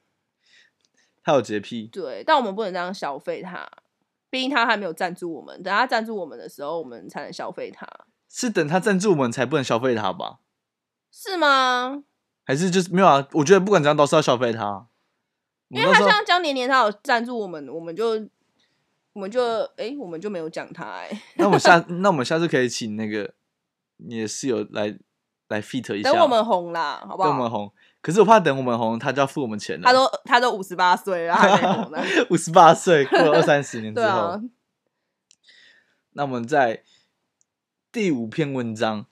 A: 他有洁癖，
B: 对，但我们不能这样消费他。毕竟他还没有赞助我们，等他赞助我们的时候，我们才能消费他，
A: 是等他赞助我们才不能消费他吧？
B: 是吗？
A: 还是就是没有啊？我觉得不管怎样都是要消费他，啊
B: 因为他像江年年，他有赞助我们，我们就我们就诶，我们就没有讲他哎、
A: 那我们下那我们下次可以请那个你的室友来来 fit 一下，
B: 等我们红啦，好不
A: 等我
B: 好
A: 们？红。可是我怕等我们红，他就要付我们钱了。(laughs)
B: 他都他都五十八岁了，还没红呢。
A: 五十八岁，过了二三十年之
B: 对
A: 后，
B: 啊，
A: 那我们在第五篇文章，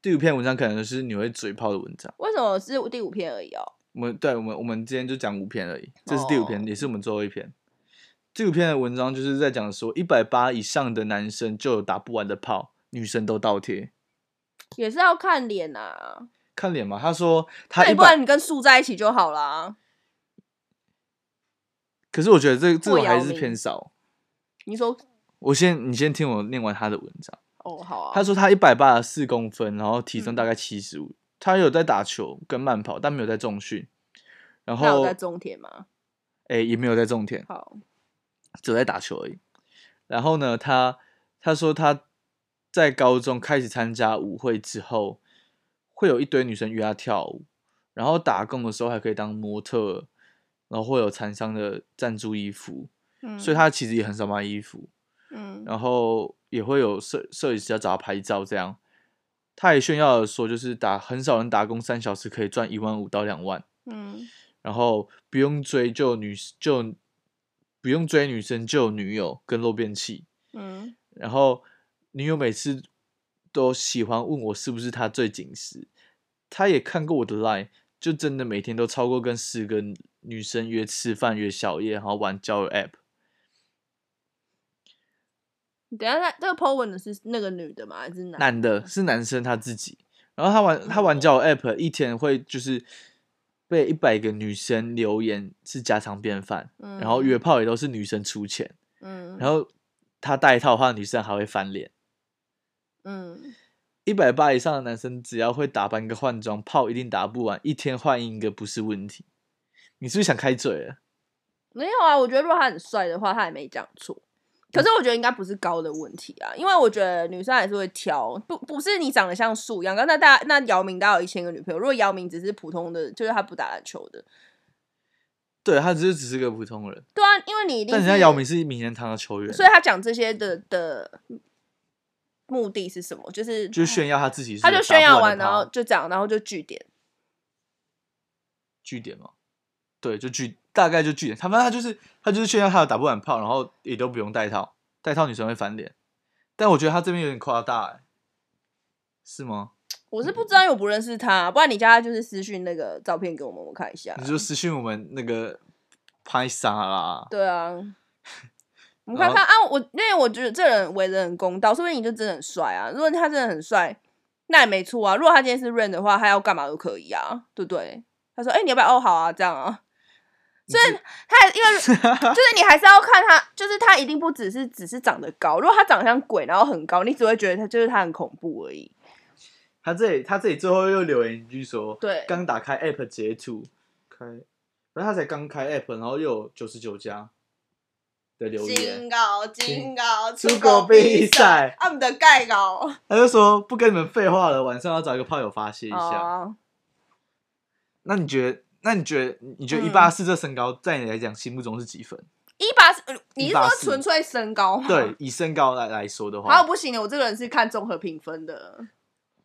A: 第五篇文章可能就是你会嘴炮的文章。
B: 为什么是第五篇而已哦？
A: 我们对我们我们今天就讲五篇而已，这是第五篇，
B: 哦
A: 也是我们最后一篇。第五篇的文章就是在讲说，一百八以上的男生就有打不完的炮，女生都倒贴。
B: 也是要看脸啊，
A: 看脸嘛，他说他
B: 那
A: 一
B: 你不
A: 百，
B: 然你跟树在一起就好啦。
A: 可是我觉得这这
B: 或
A: 种还
B: 姚
A: 是
B: 明
A: 偏少。
B: 你说
A: 我先你先听我念完他的文章。
B: 哦，好啊
A: 他，说他一百八十四公分，然后体重
B: 嗯
A: 大概七十五。他有在打球跟慢跑，但没有在重训。然
B: 那
A: 后
B: 我在中田嘛，
A: 哎、也没有在种田，
B: 好，
A: 只有在打球而已。然后呢，他他说他在高中开始参加舞会之后，会有一堆女生约他跳舞，然后打工的时候还可以当模特儿，然后会有厂商的赞助衣服，
B: 嗯，
A: 所以他其实也很少卖衣服，
B: 嗯
A: 然后也会有摄摄影师要找他拍照这样。他也炫耀的说，就是打很少人打工三小时可以赚一万五到两万，
B: 嗯
A: 然后不用追就有女就有不用追女生就有女友跟漏便器，
B: 嗯，
A: 然后女友每次都喜欢问我是不是她最紧实，她也看过我的 line，就真的每天都超过跟十个女生约吃饭、约宵夜，然后玩交友 app。
B: 你等一下，这个 po 文的是那个女的吗？还是男？
A: 男的是男生他自己，然后他玩他玩
B: 哦
A: 交友 app 一天会就是被一百个女生留言是家常便饭，
B: 嗯
A: 然后约炮也都是女生出钱。
B: 嗯，
A: 然后他带套的话，女生还会翻脸。
B: 嗯，
A: 一百八以上的男生，只要会打扮跟换装，炮一定打不完，一天换一个不是问题。你是不是想开嘴了？
B: 没有啊，我觉得如果他很帅的话，他也没讲错。可
A: 嗯
B: 是我觉得应该不是高的问题啊，因为我觉得女生还是会挑，不不是你长得像树一样。那大那姚明大概有一千个女朋友，如果姚明只是普通的，就是他不打篮球的，
A: 对他只是只是个普通人，
B: 对啊，因为你一定
A: 但人家
B: 是
A: 姚明，是名人堂的球员，
B: 所以他讲这些的的目的是什么？就是
A: 就炫耀他自己是
B: 他就炫耀完，
A: 打
B: 然
A: 不
B: 后
A: 的炮
B: 就讲，然后就据点。
A: 据点嘛，对，就据大概就据点。他反正他就是他就是炫耀他有打不完炮，然后也都不用带套，带套女生会翻脸。但我觉得他这边有点夸大、欸，是吗？
B: 我是不知道，因为我不认识他，不然你叫他就是私讯那个照片给我们，我看一下。
A: 你就私信我们那个拍啥啦？
B: 对啊，我们看
A: 好
B: 看啊，我因为我觉得这人为人很公道，说不定你就真的很帅啊。如果他真的很帅，那也没错啊。如果他今天是 Rain 的话，他要干嘛都可以啊，对不对？他说：“哎、你要不要？哦，好啊，这样啊。”所以他因为就是你还是要看他，就是他一定不只是只是长得高。如果他长得像鬼，然后很高，你只会觉得他就是他很恐怖而已。
A: 他这里他这里最后又留言一句说，
B: 对
A: 刚打开 app 截图，开，然后他才刚开 app，然后又有九十九家的留言，
B: 高
A: 金
B: 高，
A: 出国比赛，
B: 俺们的啊盖高。
A: 他就说不跟你们废话了，晚上要找一个炮友发泄一下。
B: 哦，
A: 那你觉得？那你觉得？你觉得
B: 嗯
A: 一八四这身高在你来讲心目中是几分？
B: 一八四，呃你是说
A: 184
B: 纯粹身高吗？ (laughs)
A: 对，以身高来来说的
B: 还有
A: 话，
B: 不行的，我这个人是看综合评分的。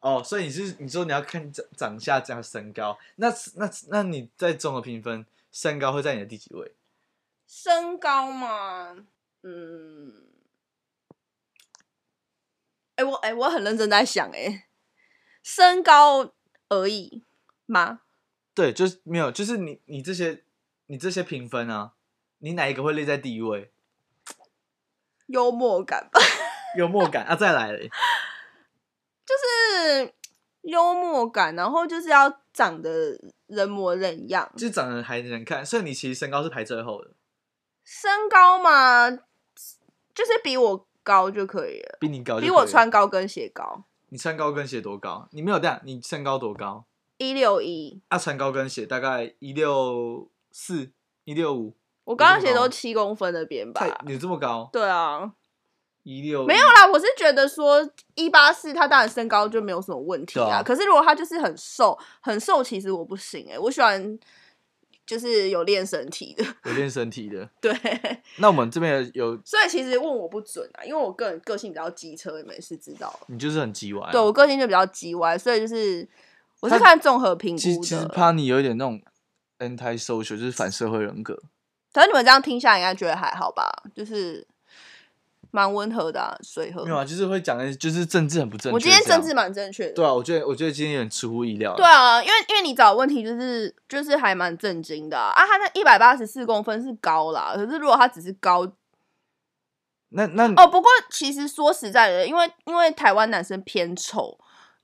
A: 哦，所以你是你说你要看长长相加身高，那那那你在综合评分，身高会在你的第几位？
B: 身高嘛，嗯，哎、我哎、我很认真在想、哎，身高而已吗？
A: 对，就是没有，就是你你这些你这些评分啊，你哪一个会列在第一位？
B: 幽默感 (laughs) 吧，
A: 幽默感啊，再来嘞，
B: 就是幽默感，然后就是要长得人模人样。
A: 就是长得还能看，所以你其实身高是排最后的，
B: 身高嘛，就是比我高就可以了，
A: 比你高哦就可以
B: 比
A: 了，
B: 我穿高跟鞋高，
A: 你穿高跟鞋多高？你没有这样，你身高多高？
B: 一六一。
A: 啊，穿高跟鞋大概一六四、一六五，
B: 我高跟
A: 这么
B: 鞋都
A: 高
B: 七公分那边吧
A: 太。嗯你这么高，
B: 对啊，
A: 一六
B: 没有啊啦，我是觉得说一八四，他当然身高就没有什么问题
A: 对
B: 啊。
A: 啊
B: 可是如果他就是很瘦，很瘦，其实我不行哎、我喜欢就是有练身体的。
A: 有练身体的。
B: 对，
A: 那我们这边有，有
B: 所以其实问我不准啊，因为我个人个性比较机车，你们也是知道的。
A: 你就是很叽歪、啊
B: 对我个性就比较叽歪，所以就是我是
A: 他
B: 看综合评
A: 其实
B: 估
A: 其实
B: 的。
A: 怕你有一点那种 anti social，就是反社会人格。
B: 可是你们这样听下来，应该觉得还好吧？就是蛮温和的、啊，随和
A: 没。有啊，就是会讲的，就是政治很不正确。
B: 我今天
A: 这样
B: 政治蛮正确的。
A: 对啊，我觉得我觉得今天有点出乎意料。
B: 对，啊，因为因为你找的问题就是就是还蛮震惊的啊，啊他那一百八十四公分是高啦，可是如果他只是高
A: 那那
B: 哦，不过其实说实在的，因为因为台湾男生偏丑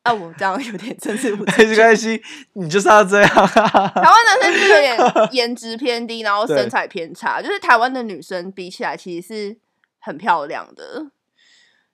B: 啊，我这样 (laughs) 有点真是不正
A: 开心
B: 确。
A: 开心，你就是要这样。
B: 台湾男生就是有点颜值偏低，然后
A: 对
B: 身材偏差，就是台湾的女生比起来其实是很漂亮的，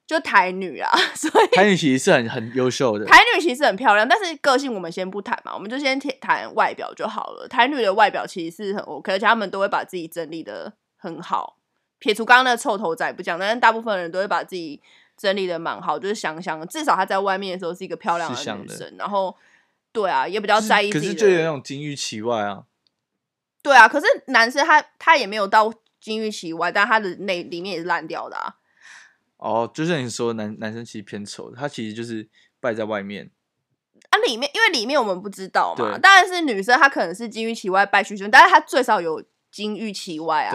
B: 就台女啊， (laughs) 所以
A: 韩雨其实是很很优秀的，
B: 台女其实很漂亮，但是个性我们先不谈嘛，我们就先谈谈外表就好了。台女的外表其实是很 OK，而且她们都会把自己整理的很好。撇除刚刚那个臭头仔不讲，但是大部分人都会把自己整理的蛮好，就是香香的，至少她在外面的时候是一个漂亮
A: 是
B: 的
A: 香
B: 女
A: 的
B: 生。然后，对啊，也比较在意
A: 可
B: 自己
A: 是就有那
B: 的。
A: 种金玉其外啊。
B: 对啊，可是男生他他也没有到金玉其外，但他的内里面也是烂掉的啊。
A: 哦，就像你说，男男生其实偏丑，他其实就是败在外面。
B: 啊，里面因为里面我们不知道嘛，
A: 对
B: 当然是女生她可能是金玉其外败絮胸，但是她最少有金玉其外啊，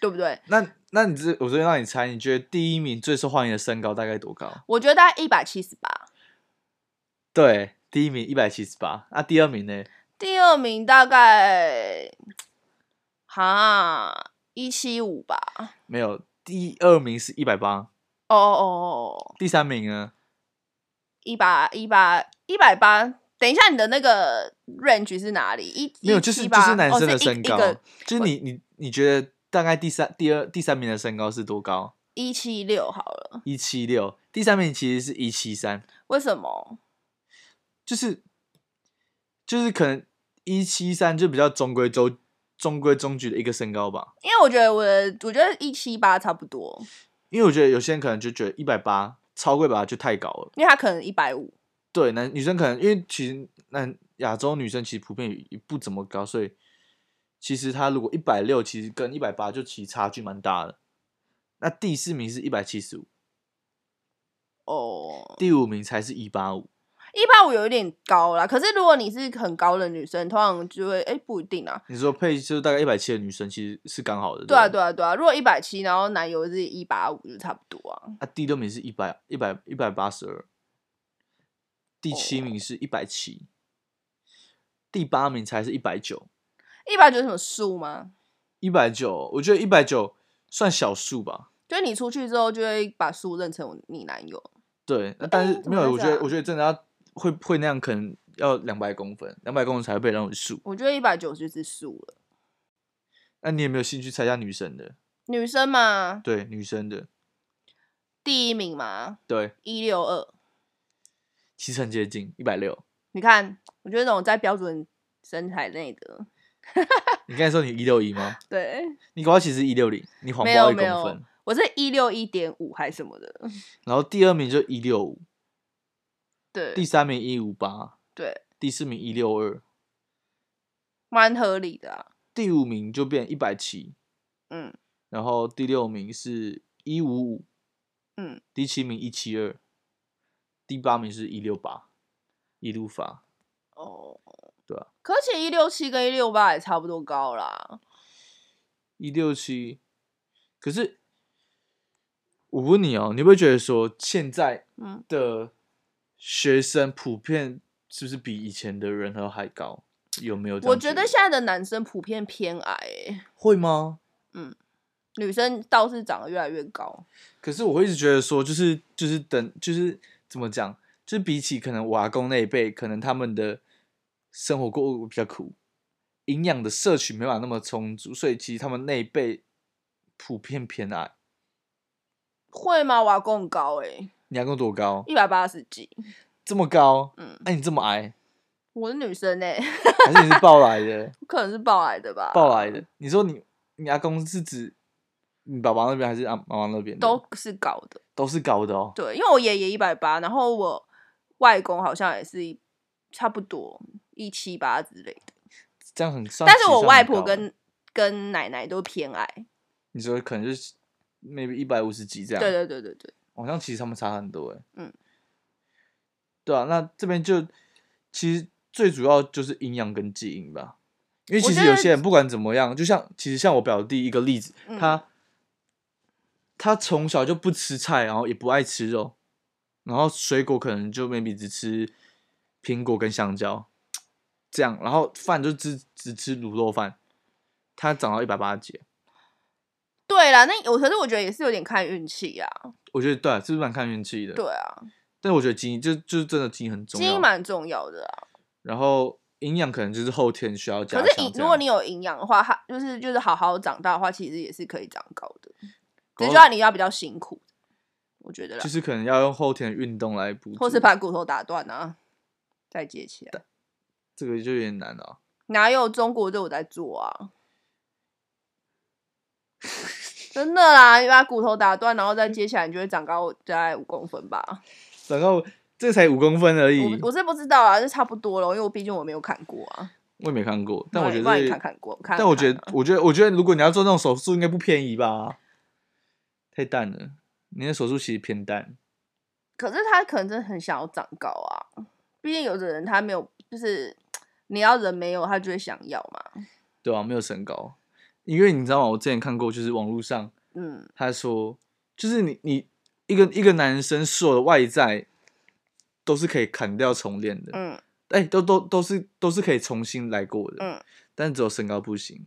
A: 对，
B: 不对？
A: 那那你这，我这边让你猜，你觉得第一名最受欢迎的身高大概多高？
B: 我觉得大概一百七十八，
A: 对，第一名一百七十八，那第二名呢？
B: 第二名大概哈一七五吧。
A: 没有，第二名是一百八，
B: 哦哦哦，
A: 第三名呢？
B: 一百一百一百八。等一下，你的那个 range 是哪里？一
A: 没有，就是就
B: 178
A: 是男
B: 哦
A: 生的
B: 一
A: 身高，
B: 一个
A: 就是你你你觉得大概第三、第二、第三名的身高是多高？
B: 一七六好了。
A: 一七六，第三名其实是一七三，
B: 为什么？
A: 就是就是可能一七三就比较中规中中规中矩的一个身高吧。
B: 因为我觉得我的，我觉得一七八差不多，
A: 因为我觉得有些人可能就觉得一百八超过一百八就太高了，
B: 因为他可能一百五。
A: 对，男女生可能因为其实男亚洲女生其实普遍也不怎么高，所以其实她如果一百六，其实跟一百八就其实差距蛮大的。那第四名是一百七十五，
B: 哦，
A: 第五名才是一八五。
B: 一八五有一点高啦，可是如果你是很高的女生，通常就会哎、不一定啊。
A: 你说配就是大概一百七的女生，其实是刚好的。
B: 对啊，
A: 不
B: 对啊，对啊。如果一百七，然后男友是一八五，就差不多啊。
A: 啊，第六名是一百一百一百八十二，第七名是一百七，第八名才是一百九。
B: 一百九什么数吗？
A: 一百九，我觉得一百九算小数吧。
B: 就是你出去之后就会把苏认成你男友，
A: 对，那但是
B: 哎怎
A: 没
B: 么
A: 有，
B: 会
A: 我觉
B: 这
A: 得
B: 样
A: 我觉得真的要会会那样，可能要两百公分，两百公分才会被认为数。
B: 我觉得一百九就是输了。
A: 那你有没有兴趣参加女生的？
B: 女生嘛，
A: 对，女生的，
B: 第一名嘛，
A: 对，
B: 一六二，
A: 其实很接近一百六。
B: 你看，我觉得那种在标准身材内的，
A: 你刚才说你一六一吗？
B: 对，
A: 你搞到其实一六零，你谎
B: 没
A: 报
B: 有
A: 一
B: 没
A: 公
B: 有
A: 分，，
B: 我是一六一点五还是什么的，
A: 然后第二名就一六五，
B: 对
A: 第三名一五八，
B: 对，
A: 第四名一六二，
B: 蛮合理的啊，
A: 第五名就变一百七，
B: 嗯
A: 然后第六名是一五五，
B: 嗯，
A: 第七名一七二，第八名是一六八，一路发。
B: 哦，
A: 对啊，
B: 可是一六七跟一六八也差不多高啦，
A: 一六七，可是我问你哦，你会不会觉得说现在
B: 嗯，
A: 的学生普遍是不是比以前的人还还高？有没有这样？
B: 我觉得现在的男生普遍偏矮欸、
A: 会吗？
B: 女生倒是长得越来越高，
A: 可是我会一直觉得说，就是就是等就是怎么讲，就是比起可能我阿公那一辈，可能他们的生活过得比较苦，营养的摄取没办法那么充足，所以其实他们那一辈普遍偏矮。
B: 会吗？我阿公很高哎、欸，
A: 你阿公多高？
B: 一百八十几，
A: 这么高？
B: 嗯，
A: 哎、你这么矮，
B: 我是女生哎、
A: 还是你是抱来
B: (laughs)
A: 的？
B: 可能是抱来的吧，
A: 抱来的？你说你你阿公是指你爸爸那边还是阿妈妈那边的？
B: 都是高的。
A: 都是高的哦。
B: 对，因为我爷爷一百八，然后我外公好像也是一差不多一七八之类的，
A: 这样很上。
B: 但是
A: 其实
B: 我
A: 很
B: 外婆
A: 高啊了
B: 跟跟奶奶都偏矮。
A: 你说可能就是 maybe 一百五十几这样。
B: 对对对对对，
A: 好像其实他们差很多哎、
B: 嗯，
A: 对啊，那这边就其实最主要就是营养跟基因吧，因为
B: 我
A: 其
B: 觉
A: 实有
B: 得
A: 些人不管怎么样，就像其实像我表弟一个例子，
B: 嗯
A: 他他从小就不吃菜，然后也不爱吃肉，然后水果可能就 maybe 只吃苹果跟香蕉这样，然后饭就只只吃卤肉饭，他长到一百八十几，
B: 对啦，那我可是我觉得也是有点看运气啊。
A: 我觉得对啊、是不是蛮看运气的？
B: 对，啊，
A: 但我觉得基因就就是真的基因很重
B: 基
A: 要，
B: 因蛮重要的啊。
A: 然后营养可能就是后天需要加强
B: 可是
A: 这样。
B: 营如果你有营养的话，它就是就是好好长大的话，其实也是可以长高的，只
A: 可
B: 是就要你要比较辛苦，我觉得啦，
A: 哦就是可能要用后天的运动来补足，
B: 或是把骨头打断啊，再接起来。
A: 这个就有点难啊。
B: 哪有中国队我在
A: (laughs)
B: 做啊？真的啦，你把骨头打断，然后再接起来，你就会长高大概五公分吧。
A: 然后这才五公分而已，
B: 我我是不知道啦，这差不多了，因为我毕竟我没有看过啊。
A: 我也没看过，但
B: 不
A: 我
B: 然
A: 觉
B: 不然你
A: 得，
B: 看看过，看看
A: 但我觉得
B: 啊，
A: 我觉得，我觉得如果你要做那种手术，应该不便宜吧？太淡了，你的手术其实偏淡。
B: 可是他可能真的很想要长高啊。毕竟有的人他没有，就是你要人没有，他就会想要嘛。
A: 对啊，没有身高，因为你知道吗？我之前看过，就是网络上
B: 嗯，
A: 他说，就是你你一个一个男生所有的外在都是可以砍掉重练的，
B: 嗯，
A: 哎、都都都是都是可以重新来过的，
B: 嗯，
A: 但只有身高不行，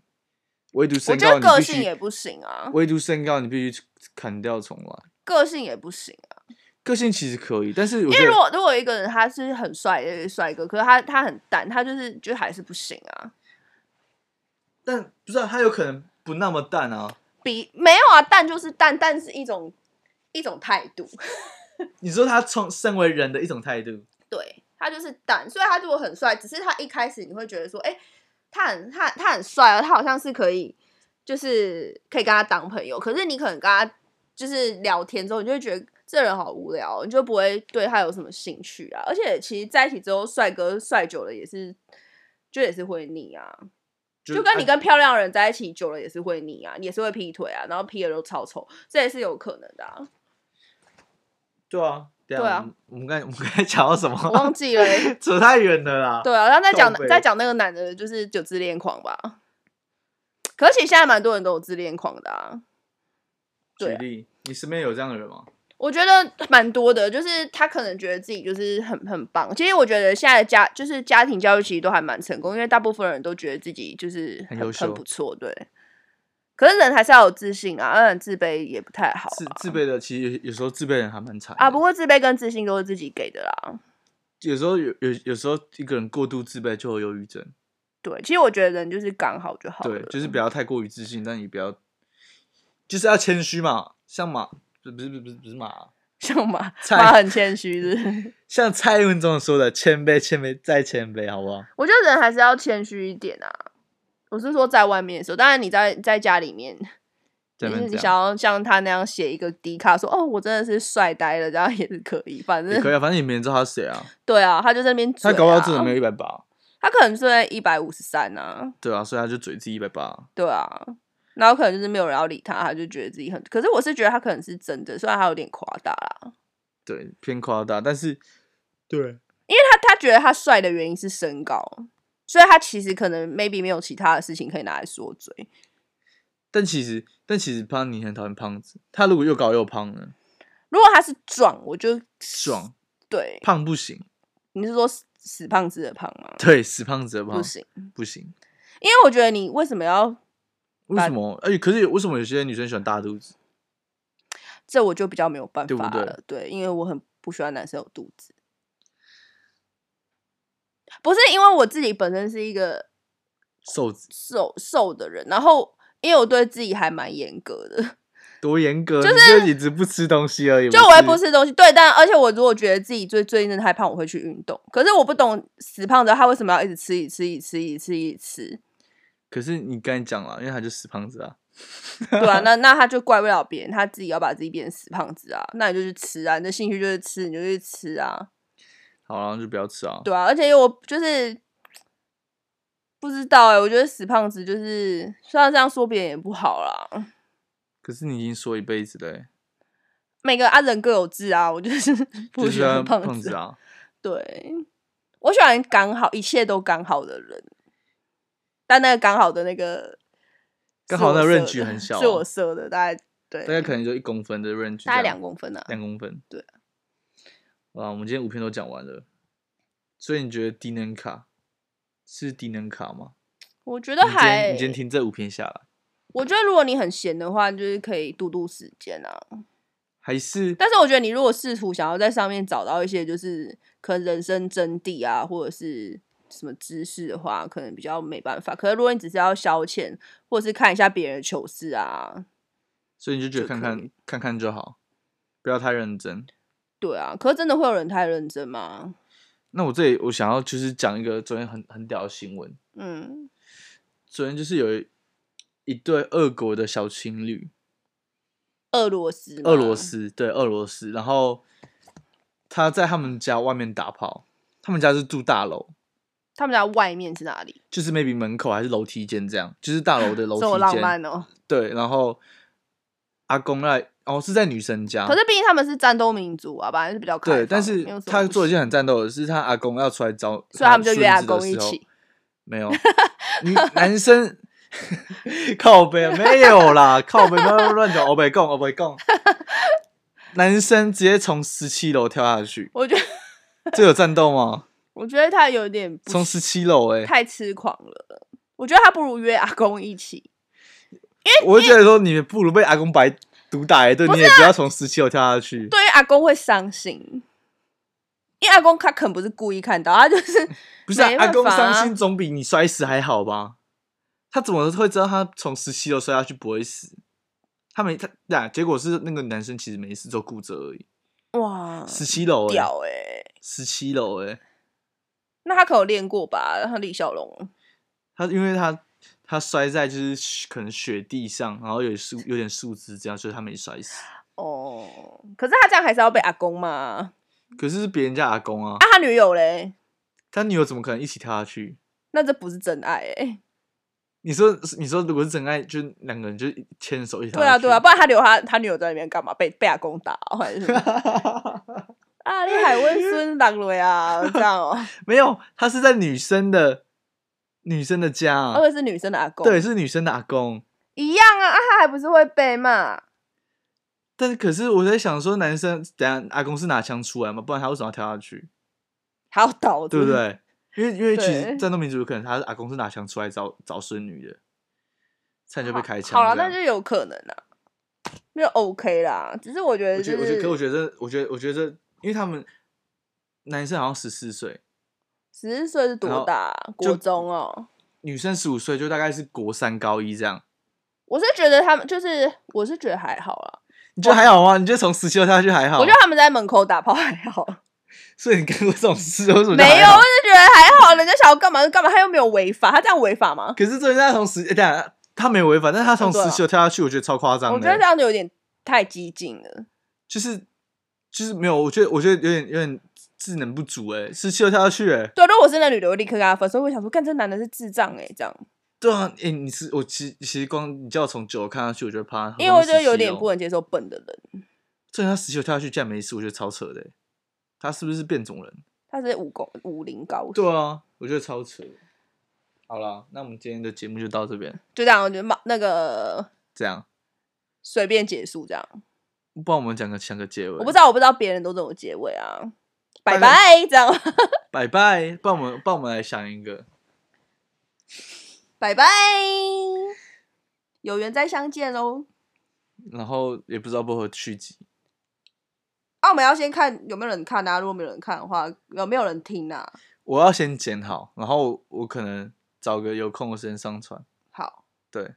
A: 唯独
B: 我
A: 身
B: 觉
A: 高
B: 得
A: 你
B: 个
A: 必须
B: 性也不行啊，
A: 唯独身高你必须砍掉重来。
B: 个性也不行啊。
A: 个性其实可以，但是我
B: 因
A: 觉
B: 为如
A: 得
B: 果如果一个人他是很帅的帅哥，可是他他很淡，他就是就还是不行啊。
A: 但不是、啊、他有可能不那么淡啊。
B: 比没有啊，淡就是淡，淡是一种一种态度，
A: 你说他从身为人的一种态度，
B: 对他就是淡。所以他如果很帅，只是他一开始你会觉得说，哎、他很他他很帅啊，他好像是可以，就是可以跟他当朋友。可是你可能跟他就是聊天之后，你就会觉得这人好无聊，哦你就不会对他有什么兴趣啊。而且其实在一起之后，帅哥帅久了也是，就也是会腻啊。就跟你
A: 啊
B: 跟漂亮的人在一起久了也是会腻啊，也是会劈腿啊，然后劈的都超丑，这也是有可能的、啊。
A: 对啊，对
B: 对啊
A: 啊，我们刚才我们刚才讲到什
B: 我
A: 么？
B: 忘记了欸、
A: 扯太远了啦。
B: (laughs) 对啊，然后再讲
A: 靠背
B: 再讲那个男的，就是有自恋狂吧。可是其实现在蛮多人都有自恋狂的啊，对
A: 举
B: 啊
A: 例，你身边有这样的人吗？
B: 我觉得蛮多的，就是他可能觉得自己就是很很棒。其实我觉得现在的家就是家庭教育其实都还蛮成功，因为大部分人都觉得自己就是
A: 很优秀
B: 不错，对。可是人还是要有自信啊，当然自卑也不太好
A: 自
B: 啊。
A: 自卑的，其实有有时候自卑人还蛮惨
B: 啊，
A: 的
B: 不过自卑跟自信都是自己给的啦。
A: 有时候有有有时候一个人过度自卑就有忧郁症，
B: 对，其实我觉得人就是刚好就好了。嗯
A: 对，就是不要太过于自信，但也不要，就是要谦虚嘛，像马，不是不是不是不是马，
B: 像马
A: 菜
B: 马很谦虚是不是
A: 像蔡英文总统说的，谦卑谦卑再谦卑，好不好？
B: 我觉得人还是要谦虚一点啊。我是说在外面的时候，当然你在在家里面，
A: 这
B: 就是
A: 边
B: 你
A: 这
B: 想
A: 样
B: 要像他那样写一个迪卡说哦，我真的是帅呆了，这样也是可以。反
A: 也
B: 正
A: 可以啊，反正也没人知道他是谁啊，
B: 对啊，他就在那边嘴
A: 他
B: 啊、
A: 搞不好真的没有一百八，
B: 他可能是在一百五十三啊，
A: 对啊，所以他就嘴自己一百八，
B: 对啊，然后可能就是没有人要理他，他就觉得自己很。可是我是觉得他可能是真的，虽然他有点夸大啦，
A: 对，偏夸大，但是对
B: 因为他他觉得他帅的原因是身高，所以他其实可能 maybe 没有其他的事情可以拿来说嘴。
A: 但其实，但其实胖你很讨厌胖子。他如果又高又胖呢？
B: 如果他是壮，我就
A: 爽
B: 对
A: 胖不行，
B: 你是说死死胖子的胖吗？
A: 对，死胖子的胖
B: 不行，
A: 不行。
B: 因为我觉得你为什么要
A: 为什么？而且可是有为什么有些女生喜欢大肚子？
B: 这，我就比较没有办
A: 对不
B: 法
A: 对
B: 了。对因为我很不喜欢男生有肚子。不是因为我自己本身是一个
A: 瘦子
B: 瘦瘦的人，然后因为我对自己还蛮严格的，
A: (laughs) 多严格，就是你只不吃东西而已。
B: 就我会
A: 是
B: 不吃东西。对，但而且我如果觉得自己最最近真的太胖，我会去运动。可是我不懂死胖子他为什么要一直吃，一直吃，一直吃，一直吃，一直吃。
A: 可是你刚才讲了，因为他就死胖子啊。
B: (laughs) 对啊，那那他就怪不了别人，他自己要把自己变成死胖子啊。那你就去吃啊，你的兴趣就是吃，你就去吃啊。
A: 好，然后就不要吃啊。
B: 对啊，而且我就是不知道哎、我觉得死胖子就是虽然这样说别人也不好啦。
A: 可是你已经说一辈子嘞、欸
B: 每个啊人各有志啊，我就是 (laughs) 不
A: 就
B: 喜
A: 是啊
B: 欢
A: 胖
B: 子
A: 子啊。
B: 对，我喜欢刚好，一切都刚好的人，但那个刚好的那个
A: 刚
B: 是
A: 好
B: 我
A: 那个
B: 设
A: range
B: 的
A: 很小
B: 是
A: 啊
B: 我设的，大概对，
A: 大概可能就一公分的 range，
B: 大概
A: 这样
B: 两公分啊。
A: 两公分。
B: 对。
A: 啊，我们今天五篇都讲完了，所以你觉得低能卡是低能卡吗？
B: 我觉得
A: 你今天
B: 还
A: 你，今天听这五篇下来，
B: 我觉得如果你很闲的话，就是可以度度时间啊。
A: 还是
B: 但是我觉得你如果试图想要在上面找到一些就是可能人生真谛啊，或者是什么知识的话，可能比较没办法。可是如果你只是要消遣，或者是看一下别人的糗事啊，
A: 所以你就觉得
B: 就
A: 看
B: 可
A: 看看看就好，不要太认真。
B: 对啊，可是真的会有人太认真吗？
A: 那我这里我想要就是讲一个昨天很很屌的新闻，
B: 嗯，
A: 昨天就是有一一对俄国的小情侣，
B: 俄罗斯，
A: 俄罗，斯对俄罗斯，然后他在他们家外面打炮，他们家是住大楼，
B: 他们家外面是哪里？
A: 就是 maybe 门口还是楼梯间这样，就是大楼的楼
B: 这么
A: 梯
B: 浪
A: 间。
B: 漫哦、
A: 对，然后阿公来，哦是在女生家，
B: 可是毕竟他们是战斗民族啊，本来是比较开放
A: 对，但是
B: 没有什么
A: 他
B: 不
A: 做一
B: 行
A: 件很战斗的事，他阿公要出来找，
B: (laughs) 所以他们就约阿公一起。
A: 没有，女男
B: (laughs)
A: 生靠背啊没有啦，靠背不要乱讲，我北共我北
B: (laughs)
A: 共，男生直接从十七楼跳下去，
B: 我觉得， (laughs)
A: 这有战斗吗？
B: 我觉得他有点不
A: 从十七楼哎，
B: 太痴狂了。我觉得他不如约阿公一起，
A: 我就觉得说你们不如被阿公白毒打一顿，
B: 啊
A: 你也不要从十七楼跳下去。
B: 对于阿公会伤心，因为阿公他可能不是故意看到，
A: (laughs)
B: 他就是
A: 不是、啊
B: 没、办
A: 阿公
B: 法啊
A: 伤心总比你摔死还好吧？他怎么会知道他从十七楼摔下去不会死？他没他对啊，结果是那个男生其实没事，就骨折而已。
B: 哇
A: 十七楼哎，
B: 嗯屌哎、
A: 十七楼哎，
B: 那他可能有练过吧？他李小龙，
A: 他因为他他摔在就是雪可能雪地上，然后有树有点树枝这样，所以他没摔死。
B: 哦，可是他这样还是要被阿公骂。
A: 可是是别人家阿公啊，
B: 啊，他女友嘞，
A: 他女友怎么可能一起跳下去？
B: 那这不是真爱哎、
A: 你说你说如果是真爱，就两个人就牵手一起跳
B: 对
A: 下
B: 啊，
A: 去
B: 对啊，不然他留他他女友在里面干嘛？被被阿公打哦、还是
A: (laughs)
B: 什么啊？你海温孙狼了啊？
A: (laughs)
B: 这样哦、
A: 没有，他是在女生的女生的家啊、
B: 而且是女生的阿公，
A: 对，，是女生的阿公。
B: 一样啊，啊，他还不是会被骂？
A: 但是可是我在想说，男生等一下阿公是拿枪出来嘛，不然他为什么要跳下去？
B: 还要倒，
A: 对不？对？因为因为其实
B: 嗯对
A: 战斗民族有可能他是阿公是拿枪出来找找孙女的，差点就被开枪。
B: 好了，
A: 这样
B: 那就有可能啦，那就 OK 啦。只是我觉得
A: 我
B: 就
A: 觉
B: 是，
A: 得，我觉得，可我觉得，我觉得，我觉得，因为他们男生好像十四岁，
B: 十四岁是
A: 然
B: 多
A: 后
B: 大啊？
A: 就
B: 国中哦、
A: 女生十五岁，就大概是国三高一这样。
B: 我是觉得他们就是，我是觉得还好啦。
A: 你觉得还好吗？你觉得从十七岁下去还好？
B: 我觉得他们在门口打炮还
A: (laughs)
B: 好，
A: 所以你干过这种事，为什么叫
B: 没
A: 还
B: 有，
A: 好
B: 我？是觉得还好。人家想要干嘛就干嘛，他又没有违法，他这样违法吗？
A: 可是人家从十，欸、等一下他没有违反，但是他从
B: 对啊
A: 十七岁跳下去，我觉得超夸张
B: 我觉得这
A: 的，
B: 样就有点太激进了。
A: 就是就是没有，我觉得我觉得有点有点智能不足哎、欸，十七岁跳下去哎、欸，
B: 对，如果我是那女的，我立刻跟他分手。我会想说，干这男的是智障哎、这样，
A: 对啊，哎、你是我其其实光你叫我从九看下去，我觉得怕，
B: 因为我觉得有点
A: 好像17哦
B: 不能接受笨的人，
A: 这他十七跳下去竟然没事，我觉得超扯的欸。他是不是变种人？
B: 他是武功武林高手。
A: 对啊，我觉得超扯。好啦，那我们今天的节目就到这边，
B: 就这样，我觉得嘛，那个
A: 这样，
B: 随便结束这样。
A: 不然我们讲个想个结尾。
B: 我不知道，我不知道别人都怎么结尾啊。拜
A: 拜
B: 拜，这样，
A: 拜拜，帮我们帮我们来想一个。
B: (laughs) 拜拜，有缘再相见哦喽。
A: 然后也不知道薄荷续集，
B: 啊，我们要先看有没有人看啊，如果没有人看的话，有没有人听啊？
A: 我要先剪好，然后我我可能找个有空的时间上传。
B: 好，
A: 对，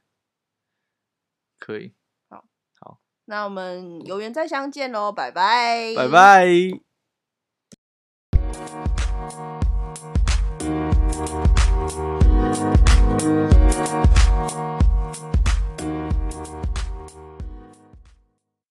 A: 可以，
B: 那我们有缘再相见喽，拜拜，
A: 拜。拜。